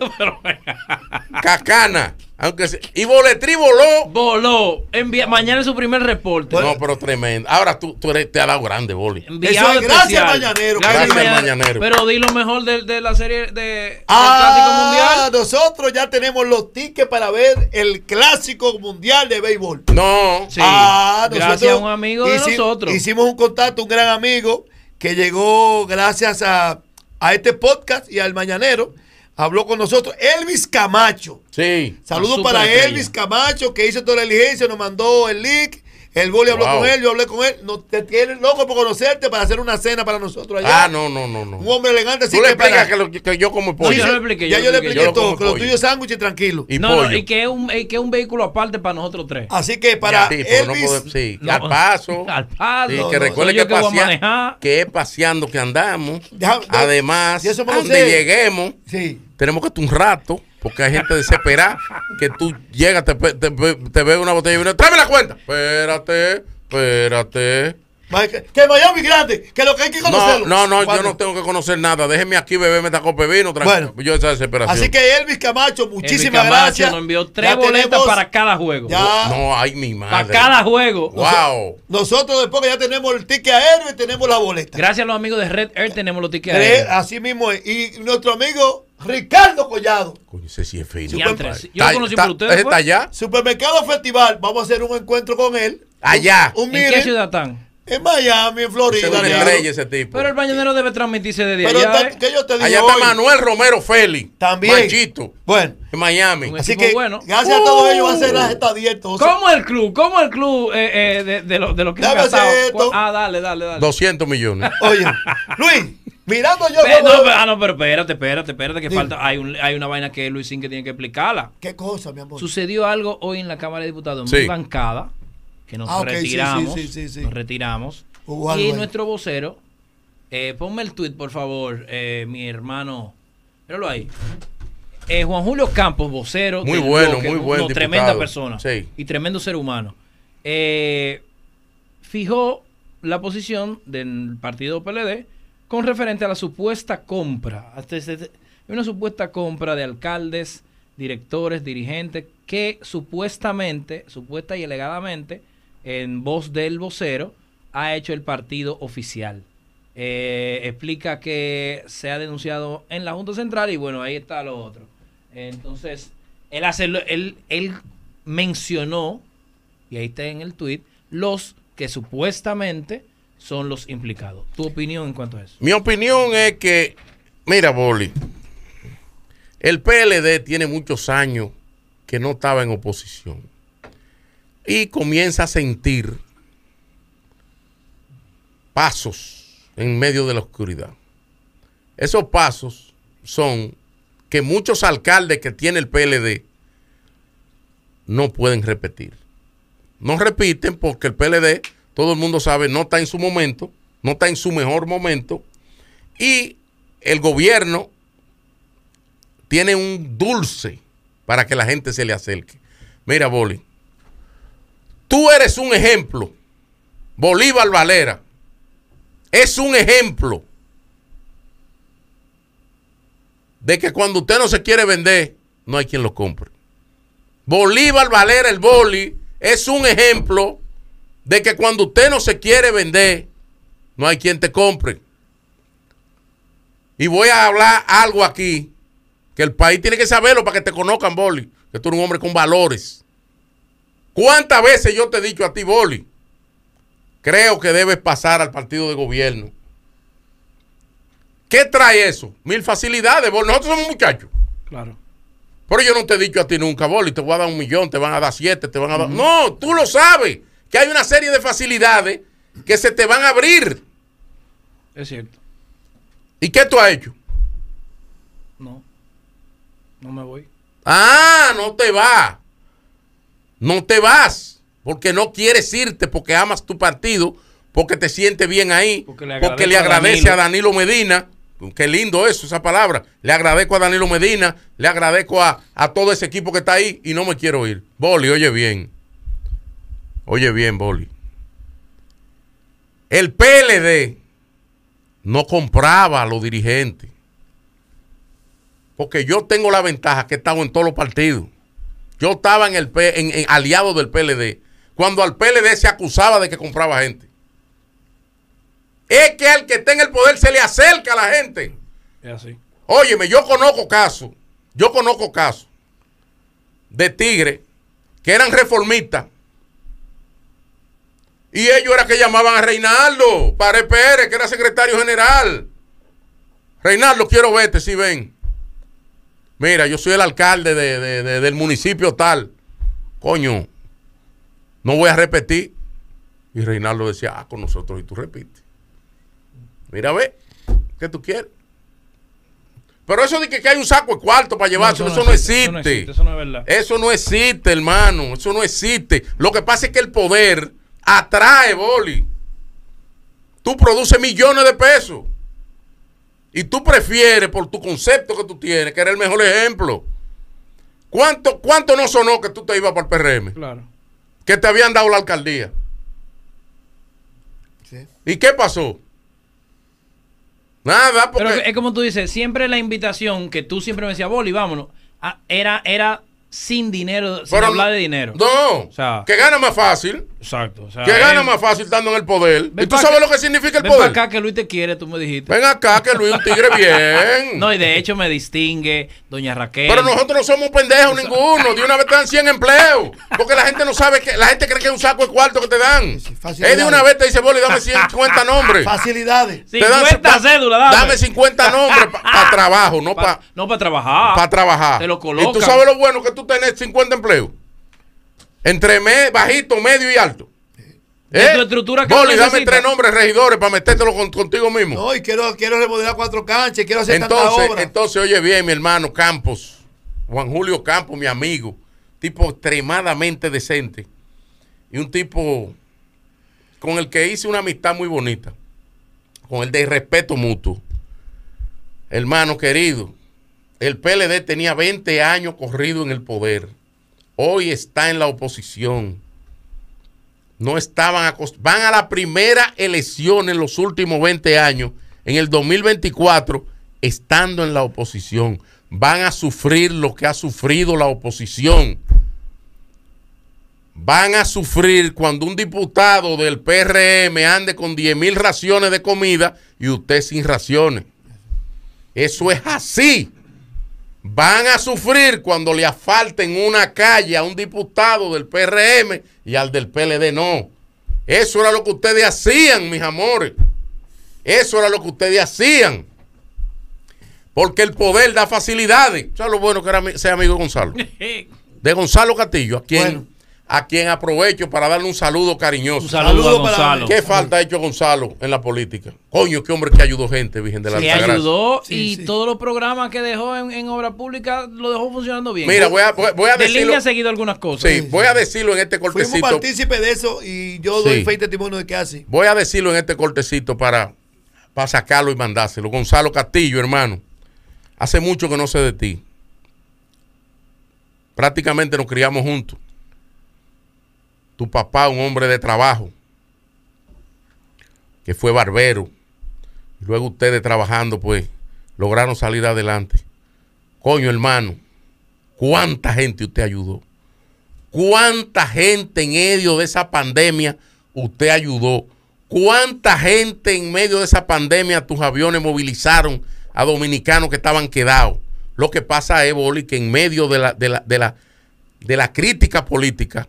S2: Cacana, aunque sea. Y Boletri voló.
S1: Voló. Envía- mañana es su primer reporte.
S2: No, pero tremendo. Ahora tú, tú eres, te has dado grande, Boli.
S1: Enviado
S3: Eso es gracias
S1: especial.
S3: al mañanero.
S2: Gracias al
S1: maña-
S2: mañanero.
S1: Pero di lo mejor de, de la serie de
S3: Ah,
S1: del Clásico Mundial.
S3: nosotros ya tenemos los tickets para ver el clásico mundial de béisbol.
S2: No.
S1: Sí.
S3: Ah,
S1: gracias a un amigo de
S3: hici-
S1: nosotros.
S3: Hicimos un contacto, un gran amigo, que llegó gracias a, a este podcast y al mañanero. Habló con nosotros Elvis Camacho.
S2: Sí.
S3: Saludos
S1: Una
S3: para
S1: superestrella.
S3: Elvis Camacho, que hizo toda la diligencia, nos mandó el link. El boli habló
S2: Wow.
S3: con él, yo hablé con él. No, te tienes loco por conocerte para hacer una cena para nosotros allá.
S2: Ah, no, no, no, no.
S3: Un hombre elegante, así
S2: Tú le
S3: que para-
S2: explicas que, lo- que yo como
S1: No,
S2: pollo.
S1: yo no le expliqué,
S3: Ya
S1: yo
S3: yo
S1: lo
S3: le
S1: expliqué.
S2: Yo
S3: expliqué
S2: lo
S3: todo,
S2: como
S3: que lo
S2: pollo.
S3: tuyo es sándwich y tranquilo.
S2: y
S1: no,
S2: pollo.
S1: no, y que es un, y que es un vehículo aparte para nosotros tres.
S3: Así que para
S2: sí, pero no
S3: Elvis,
S2: puedo- sí,
S1: No.
S2: al paso.
S1: Al paso.
S2: Sí,
S1: No,
S2: que
S1: no,
S2: recuerde
S1: soy yo
S2: que,
S1: que voy a
S2: pasea-
S1: manejar.
S2: que es paseando que andamos.
S3: Ya, ya.
S2: Además,
S3: Y eso me lo
S2: donde
S3: sé.
S2: lleguemos,
S3: sí.
S2: tenemos que estar un rato, porque hay gente desesperada, que tú llegas, te, pe- te, pe- te ve una botella y viene, tráeme la cuenta. Espérate, espérate.
S3: Más Que, que Miami es grande, que lo que hay que
S2: No,
S3: conocerlo.
S2: no, no, yo
S3: Bueno,
S2: no tengo que conocer nada. Déjeme aquí beberme esta copa de vino. Tranquilo.
S3: Bueno.
S2: yo esa desesperación.
S3: Así que Elvis Camacho, muchísimas
S1: Elvis Camacho
S3: gracias.
S1: Nos envió tres
S3: Ya
S1: boletas
S3: tenemos-
S1: para cada juego.
S3: Ya,
S2: No, ay, mi
S1: para
S2: madre.
S1: cada juego.
S2: Wow.
S3: Nosotros después que ya tenemos el ticket aéreo y tenemos la boleta.
S1: Gracias a los amigos de Red Air tenemos los tickets.
S3: Eh,
S1: aéreos.
S3: Así mismo es. Y nuestro amigo Ricardo Collado,
S2: Coño, ese sí es fino.
S1: Diantres,
S2: Está-
S1: yo lo conocí
S2: está-
S1: por ustedes, pues.
S2: ese
S1: fue.
S2: ¿Está allá?
S3: Supermercado Festival. Vamos a hacer un encuentro con él.
S2: Allá.
S3: Un, un
S1: ¿En qué
S3: meeting
S1: ciudad están?
S3: en Miami, en
S2: Ese
S3: Florida.
S2: es una
S3: Ricardo.
S2: estrella ese tipo.
S1: Pero el bañonero debe transmitirse desde
S3: Pero
S1: allá.
S3: está-
S1: ¿eh?
S3: que yo te digo
S2: Allá
S3: hoy,
S2: está Manuel Romero Félix.
S3: También.
S2: Machito. Uh.
S3: Bueno,
S2: En Miami.
S1: Un
S3: así
S1: equipo
S3: que
S1: bueno.
S3: gracias a todos ellos va a ser las estadías entonces.
S1: ¿Cómo el club? ¿Cómo el club eh, eh, de, de lo, de lo que
S3: Dame
S1: ha gastado?
S3: ese esto.
S1: Ah, dale, dale, dale.
S2: 200 millones.
S3: Oye, Luis, mirando yo.
S1: Pe-
S3: cómo-
S1: no, pe- ah, no, pero espérate, espérate, espérate, que
S3: Dime.
S1: falta. Hay, un, hay una vaina que Luisín que tiene que explicarla.
S3: ¿Qué cosa, mi amor?
S1: Sucedió algo hoy en la Cámara de Diputados, en
S2: Sí.
S1: mi bancada, que nos
S3: Ah, ok, sí, sí,
S1: retiramos.
S3: sí, sí, sí.
S1: Nos retiramos.
S3: Hubo algo
S1: y
S3: ahí.
S1: nuestro vocero, eh, ponme el tuit, por favor, eh, mi hermano. Míralo ahí. Eh, Juan Julio Campos, vocero.
S2: Muy
S1: del
S2: bueno, muy buen diputado.
S1: Tremenda persona.
S2: Sí.
S1: Y tremendo ser humano. Eh, fijó la posición del partido PLD con referente a la supuesta compra. Este- este- este- Una supuesta compra de alcaldes, directores, dirigentes, que supuestamente, supuesta y alegadamente, en voz del vocero, ha hecho el partido oficial. Eh, explica que se ha denunciado en la Junta Central y bueno, ahí está lo otro. Entonces, él, hace lo- él, él mencionó y ahí está en el tweet, los que supuestamente son los implicados. ¿Tu opinión en cuanto a eso?
S2: Mi opinión es que, mira, Boli, el PLD tiene muchos años que no estaba en oposición y comienza a sentir pasos en medio de la oscuridad. Esos pasos son que muchos alcaldes que tiene el PLD no pueden repetir. No repiten porque el PLD, todo el mundo sabe, no está en su momento, no está en su mejor momento. Y el gobierno tiene un dulce para que la gente se le acerque. Mira, Boli, tú eres un ejemplo. Bolívar Valera es un ejemplo de que cuando usted no se quiere vender, no hay quien lo compre. Bolívar Valera el Boli es un ejemplo de que cuando usted no se quiere vender, no hay quien te compre. Y voy a hablar algo aquí que el país tiene que saberlo para que te conozcan, Boli, que tú eres un hombre con valores. ¿Cuántas veces yo te he dicho a ti, Boli? Creo que debes pasar al partido de gobierno. ¿Qué trae eso? Mil facilidades, Boli. Nosotros somos muchachos.
S1: Claro.
S2: Pero yo no te he dicho a ti nunca, Boli, te voy a dar un millón, te van a dar siete, te van a dar... No, tú lo sabes, que hay una serie de facilidades que se te van a abrir.
S1: Es cierto.
S2: ¿Y qué tú has hecho?
S1: No. No me voy.
S2: Ah, no te va. No te vas, porque no quieres irte, porque amas tu partido, porque te sientes bien ahí,
S1: Porque le
S2: porque le
S1: agradezco
S2: agradece
S1: a
S2: a Danilo Medina. Qué lindo eso, esa palabra. Le agradezco a Danilo Medina, le agradezco a, a todo ese equipo que está ahí y no me quiero ir. Boli, oye bien. Oye bien, Boli. El PLD no compraba a los dirigentes. Porque yo tengo la ventaja que he estado en todos los partidos. Yo estaba en el P- en- en aliado del PLD. Cuando al PLD se acusaba de que compraba gente. Es que al que está en el poder se le acerca a la gente.
S1: Es así.
S2: Óyeme, yo conozco casos, yo conozco casos de tigres que eran reformistas. Y ellos eran que llamaban a Reinaldo, Pared Pérez, que era secretario general. Reinaldo, quiero verte, si ven. Mira, yo soy el alcalde de- de- de- del municipio tal. Coño, no voy a repetir. Y Reinaldo decía, ah, con nosotros y tú repites. Mira, ve, ¿qué tú quieres? Pero eso de que, que hay un saco de cuarto para llevarse, eso, no existe.
S1: Eso
S2: Eh.
S1: no existe, eso no es verdad.
S2: Eso no existe, hermano. Eso no existe. Lo que pasa es que el poder atrae, Boli. Tú produces millones de pesos. Y tú prefieres, por tu concepto que tú tienes, que era el mejor ejemplo. ¿Cuánto, cuánto no sonó que tú te ibas para el PRM?
S1: Claro.
S2: Que te habían dado la alcaldía. ¿Y qué pasó? Nada, porque...
S1: Pero es como tú dices, siempre la invitación que tú siempre me decías, Boli, vámonos, ah, era, era sin dinero, sin
S2: pero
S1: hablar
S2: no-
S1: de dinero.
S2: No,
S1: O sea-
S2: que gana más fácil.
S1: Exacto. o sea,
S2: Que gana
S1: ven-
S2: más fácil estando en el poder.
S1: ven
S2: ¿Y tú
S1: pa'
S2: sabes
S1: acá-
S2: lo que significa el
S1: ven pa'
S2: poder?
S1: acá que Luis te quiere, tú me dijiste.
S2: Ven acá, que Luis es un tigre bien.
S1: No, y de hecho me distingue Doña Raquel.
S2: Pero nosotros no somos pendejos ninguno. De una vez te dan 100 empleos. Porque la gente no sabe que. La gente cree que es un saco de cuarto que te dan.
S3: Sí, fácil,
S2: Él de una
S3: dale.
S2: vez te dice, Boli, dame 50 nombres.
S3: Facilidades.
S2: Te dan
S1: 50
S2: pa-
S1: cédulas, dame.
S2: Dame 50 nombres para trabajo, no
S1: Pa-
S2: para
S1: no, para trabajar.
S2: trabajar.
S1: Te lo
S2: Y tú
S1: colocan.
S2: sabes lo bueno que tú tenés 50 empleos. Entre me- bajito, medio y alto. ¿Eh?
S1: De tu estructura que no
S2: Boli, dame
S1: necesitas.
S2: tres nombres regidores para metértelo con- contigo mismo.
S3: No, y quiero, quiero remodelar cuatro canchas, quiero hacer
S2: Entonces,
S3: tanta obra.
S2: entonces, oye bien, mi hermano Campos, Juan Julio Campos, mi amigo, tipo extremadamente decente y un tipo con el que hice una amistad muy bonita, con el de respeto mutuo. Hermano querido, el PLD tenía 20 años corrido en el poder, hoy está en la oposición. No estaban acost- Van a la primera elección en los últimos 20 años, en el 2024, estando en la oposición. Van a sufrir lo que ha sufrido la oposición. Van a sufrir cuando un diputado del PRM ande con 10 mil raciones de comida y usted sin raciones. Eso es así. Van a sufrir cuando le asfalten una calle a un diputado del PRM y al del PLD no. Eso era lo que ustedes hacían, mis amores. Eso era lo que ustedes hacían. Porque el poder da facilidades. ¿Sabes lo bueno que era mi- ser amigo de Gonzalo? De Gonzalo Castillo, a quien,
S3: Bueno.
S2: a quien aprovecho para darle un saludo cariñoso.
S1: Un saludo a
S3: Saludo para-
S1: Gonzalo.
S2: ¿Qué falta ha hecho Gonzalo en la política? Coño, qué hombre que ayudó gente, Virgen de la
S1: Que
S2: Altagracia.
S1: ayudó
S3: Sí,
S1: y
S3: sí.
S1: todos los programas que dejó en, en obra pública lo dejó funcionando bien.
S2: Mira, voy a, voy a- voy a
S1: de
S2: decirlo.
S1: línea ha seguido algunas cosas.
S2: Sí, voy a decirlo en este
S3: Fuimos
S2: cortecito.
S3: partícipes de eso y yo
S2: Sí.
S3: doy fe y testimonio de que así.
S2: Voy a decirlo en este cortecito para, para sacarlo y mandárselo. Gonzalo Castillo, hermano. Hace mucho que no sé de ti. Prácticamente nos criamos juntos. Tu papá, un hombre de trabajo, que fue barbero. Y luego ustedes trabajando, pues, lograron salir adelante. Coño, hermano, cuánta gente usted ayudó. ¿Cuánta gente en medio de esa pandemia usted ayudó? ¿Cuánta gente en medio de esa pandemia tus aviones movilizaron a dominicanos que estaban quedados? Lo que pasa es, Boli, que en medio de la, de la, de la, de la crítica política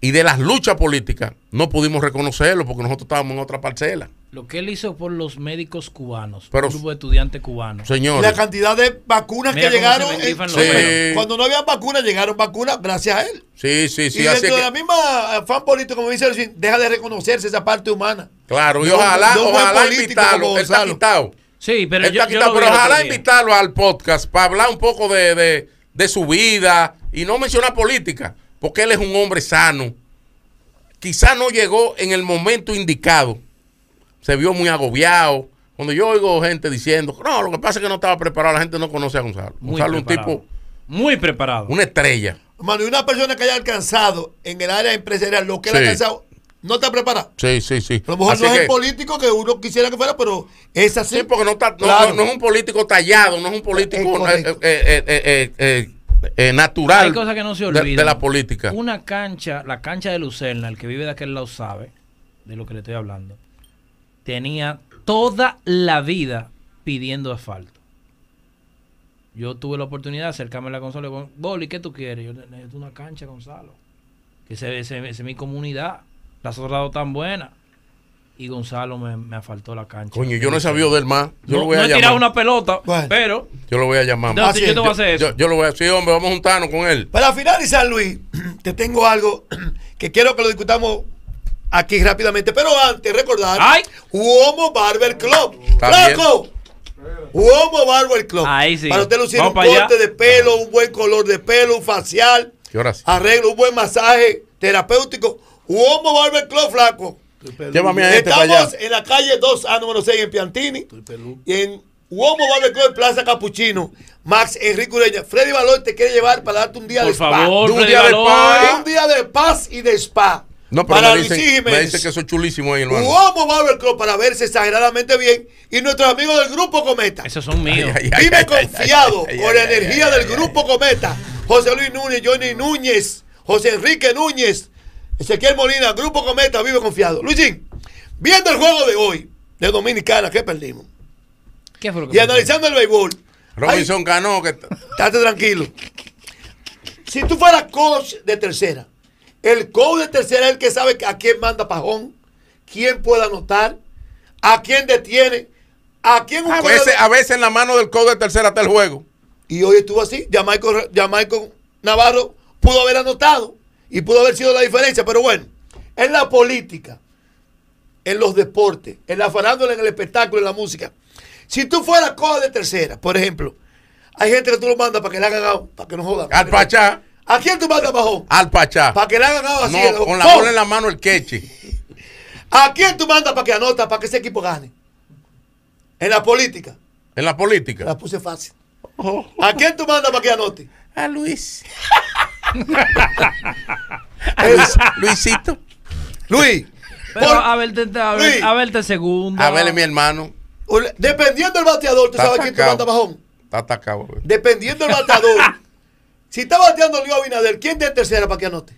S2: y de las luchas políticas, no pudimos reconocerlo porque nosotros estábamos en otra parcela.
S1: Lo que él hizo por los médicos cubanos,
S2: Pero-
S1: un grupo de estudiantes cubanos.
S2: Señores,
S3: La cantidad de vacunas
S1: Mira
S3: que
S1: cómo
S3: llegaron.
S1: se me
S3: eh,
S1: rifan los
S3: cuando-
S2: pelos.
S3: Cuando no había vacunas, llegaron vacunas gracias a él.
S2: sí, sí, sí.
S3: y
S2: así es
S3: dentro de
S2: que-
S3: la misma afán político, como dice Luis, deja de reconocerse esa parte humana.
S2: claro, y
S3: de un-
S2: ojalá,
S3: de un buen
S2: ojalá
S3: político como
S2: invitarlo. Él está
S3: Gonzalo.
S2: quitado.
S1: Sí, pero
S2: Él
S1: yo,
S2: está
S1: yo
S2: quitado,
S1: lo vi
S2: pero
S1: el otro
S2: ojalá
S1: día.
S2: invitarlo al podcast para hablar un poco de, de- de su vida y no mencionar política, porque él es un hombre sano. Quizá no llegó en el momento indicado. Se vio muy agobiado. Cuando yo oigo gente diciendo, no, lo que pasa es que no estaba preparado, la gente no conoce a Gonzalo.
S1: Muy
S2: Gonzalo es un
S1: preparado.
S2: tipo,
S1: Muy preparado.
S2: una estrella.
S3: Mano, y una persona que haya alcanzado en el área empresarial lo que él
S2: Sí.
S3: ha alcanzado, no está preparada.
S2: Sí, sí, sí.
S3: A lo mejor
S2: Así
S3: no es
S2: que-
S3: el político que uno quisiera que fuera, pero es así.
S2: Sí, porque no, está, no-
S3: Claro.
S2: no, no es un político tallado, no es un político
S3: Es correcto.
S2: eh, eh, eh, eh, eh, eh, natural
S1: Hay cosas que no se
S2: de-
S1: olvidan.
S2: de, la política.
S1: Una cancha, la cancha de Lucerna, el que vive de aquel lado sabe de lo que le estoy hablando. Tenía toda la vida pidiendo asfalto. Yo tuve la oportunidad de acercarme a la Gonzalo y digo, Boli, ¿qué tú quieres? Yo necesito una cancha, Gonzalo. Que se ve, se ve- se ve mi comunidad. La has tratado tan buena. Y Gonzalo me, me asfaltó la cancha.
S2: Coño, yo no he sabido del más. Yo
S1: No-
S2: lo voy a
S1: no he
S2: llamar.
S1: tirado una pelota,
S3: Bueno.
S1: pero
S2: Yo lo voy a llamar.
S1: No,
S2: Ah,
S1: sí, yo te voy a hacer eso.
S2: Yo, yo lo voy a Sí, hombre, vamos a juntarnos con él.
S3: Para finalizar, Luis, te tengo algo que quiero que lo discutamos aquí rápidamente. Pero antes, recordar:
S1: Ay.
S3: Uomo Barber Club.
S2: Está bien.
S3: ¡Flaco! Uomo Barber Club.
S1: Ahí sí.
S3: Para usted lucir
S1: Vamos
S3: un
S1: para allá.
S3: corte de pelo, un buen color de pelo, un facial,
S2: ¿Qué hora sí?
S3: arreglo, un buen masaje terapéutico. Uomo Barber Club, flaco.
S2: Llévame a este para allá.
S3: Estamos en la calle 2A número 6 en Piantini. Y en Uomo Barber Club en Plaza Capuchino. Max Enrique Ureña. Freddy Valor te quiere llevar para darte un día
S1: por
S3: de spa.
S1: favor,
S2: de un
S1: Freddy
S2: día de
S1: Valor.
S2: paz.
S3: Un día de paz y de spa.
S2: No, pero
S3: Para
S2: me
S3: Luis
S2: dicen,
S3: Jiménez.
S2: me dicen que eso es chulísimo ahí, hermano.
S3: Jugamos Barber Club para verse exageradamente bien y nuestros amigos del Grupo Cometa.
S1: Esos son míos.
S2: Ay, ay, ay,
S3: Vive
S2: ay, ay,
S3: confiado
S2: ay, ay,
S3: con la
S2: ay, ay,
S3: energía
S2: ay,
S3: del
S2: ay,
S3: Grupo Cometa. José Luis Núñez, Johnny Núñez, José Enrique Núñez, Ezequiel Molina, Grupo Cometa, vive confiado. Luisín, viendo el juego de hoy de Dominicana que perdimos
S1: ¿Qué fue lo que
S3: y
S1: pasó?
S3: analizando el béisbol,
S2: Robinson ganó. Que t-
S3: ay, estate tranquilo. Si tú fueras coach de tercera, el coach de tercera es el que sabe a quién manda pajón, quién puede anotar, a quién detiene, a quién un
S2: a,
S3: corredor-
S2: veces, a veces en la mano del coach de tercera está el juego.
S3: Y hoy estuvo así. Ya Michael, ya Michael Navarro pudo haber anotado y pudo haber sido la diferencia. Pero bueno, en la política, en los deportes, en la farándula, en el espectáculo, en la música. Si tú fueras coja de tercera, por ejemplo, hay gente que tú lo mandas para que le hagan out, para que no jodan.
S2: Al Pachá.
S3: ¿A quién tú mandas bajón?
S2: Al Pachá.
S3: Para que le hagan out así. en
S2: No,
S3: los-
S2: con la bola en la mano el queche.
S3: ¿A quién tú mandas para que anota, para que ese equipo gane? En la política.
S2: En la política.
S3: La puse fácil.
S2: Oh.
S3: ¿A quién tú mandas para que anote?
S2: A Luis. Luisito.
S3: Luis.
S1: Pero
S3: por-
S1: a verte, a ver,
S3: Luis.
S1: a verte segundo.
S2: A ver, mi hermano.
S3: O le- Dependiendo del bateador, tú
S2: Está
S3: sabes quién te
S2: atacado.
S3: manda bajón.
S2: Está atacado. güey.
S3: Dependiendo del bateador. si está bateando Leo Abinader, ¿quién te en tercera para que anote?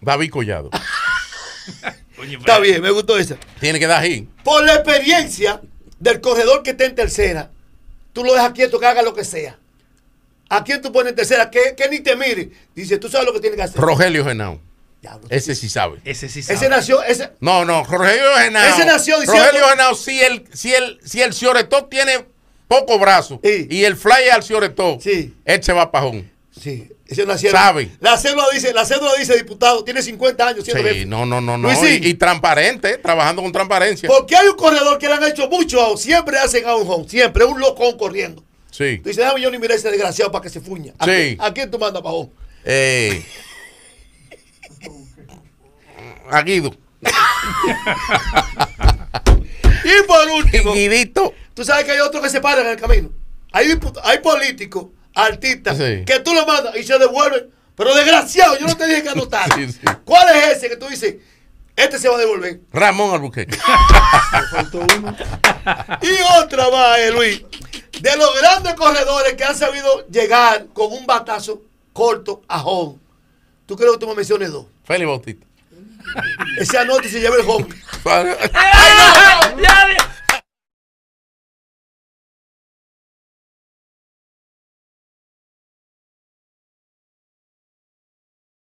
S2: David Collado.
S3: Está bien, me gustó esa.
S2: Tiene que dar ahí.
S3: Por la experiencia del corredor que está en tercera, tú lo dejas quieto que haga lo que sea. ¿A quién tú pones en tercera? Que, que ni te mire. Dice, tú sabes lo que tienes que hacer.
S2: Rogelio Genao.
S3: Diablo.
S2: Ese sí sabe.
S1: Ese sí sabe.
S3: Ese nació, ese,
S2: No, no, Rogelio Genao.
S3: Ese nació diciendo-
S2: Rogelio Genao, si el, si el, si el Cioretó tiene poco brazo
S3: Sí.
S2: y el fly al Cioretó,
S3: Sí.
S2: él se va a pajón.
S3: sí, ese nació. Sabe.
S2: Sabe.
S3: La cédula dice, la cédula dice, diputado, tiene 50 años. siendo
S2: Sí,
S3: jefe.
S2: no, no, no, no.
S3: Luisín.
S2: Y, y transparente, trabajando con transparencia.
S3: Porque hay un corredor que le han hecho mucho out, siempre hacen out home, siempre, es un locón corriendo.
S2: Sí.
S3: Tú dices, déjame yo ni mirar a ese desgraciado para que se fuña. ¿A,
S2: Sí.
S3: quién, a quién tú mandas, Pajón?
S2: Eh. A Guido.
S3: Y por último,
S2: Guidito.
S3: tú sabes que hay otros que se paran en el camino. Hay, dipu- hay políticos, artistas,
S2: Sí.
S3: que tú lo mandas y se devuelven. Pero desgraciado, yo no te dije que anotar.
S2: Sí, sí.
S3: ¿Cuál es ese que tú dices? Este se va a devolver.
S2: Ramón Albuquerque.
S5: Faltó uno.
S3: Y otra más, eh, Luis. De los grandes corredores que han sabido llegar con un batazo corto a home. ¿Tú creo que tú me menciones dos?
S2: Félix Bautista.
S3: Ese anote se lleva el home.
S1: ¡Ah! Ya,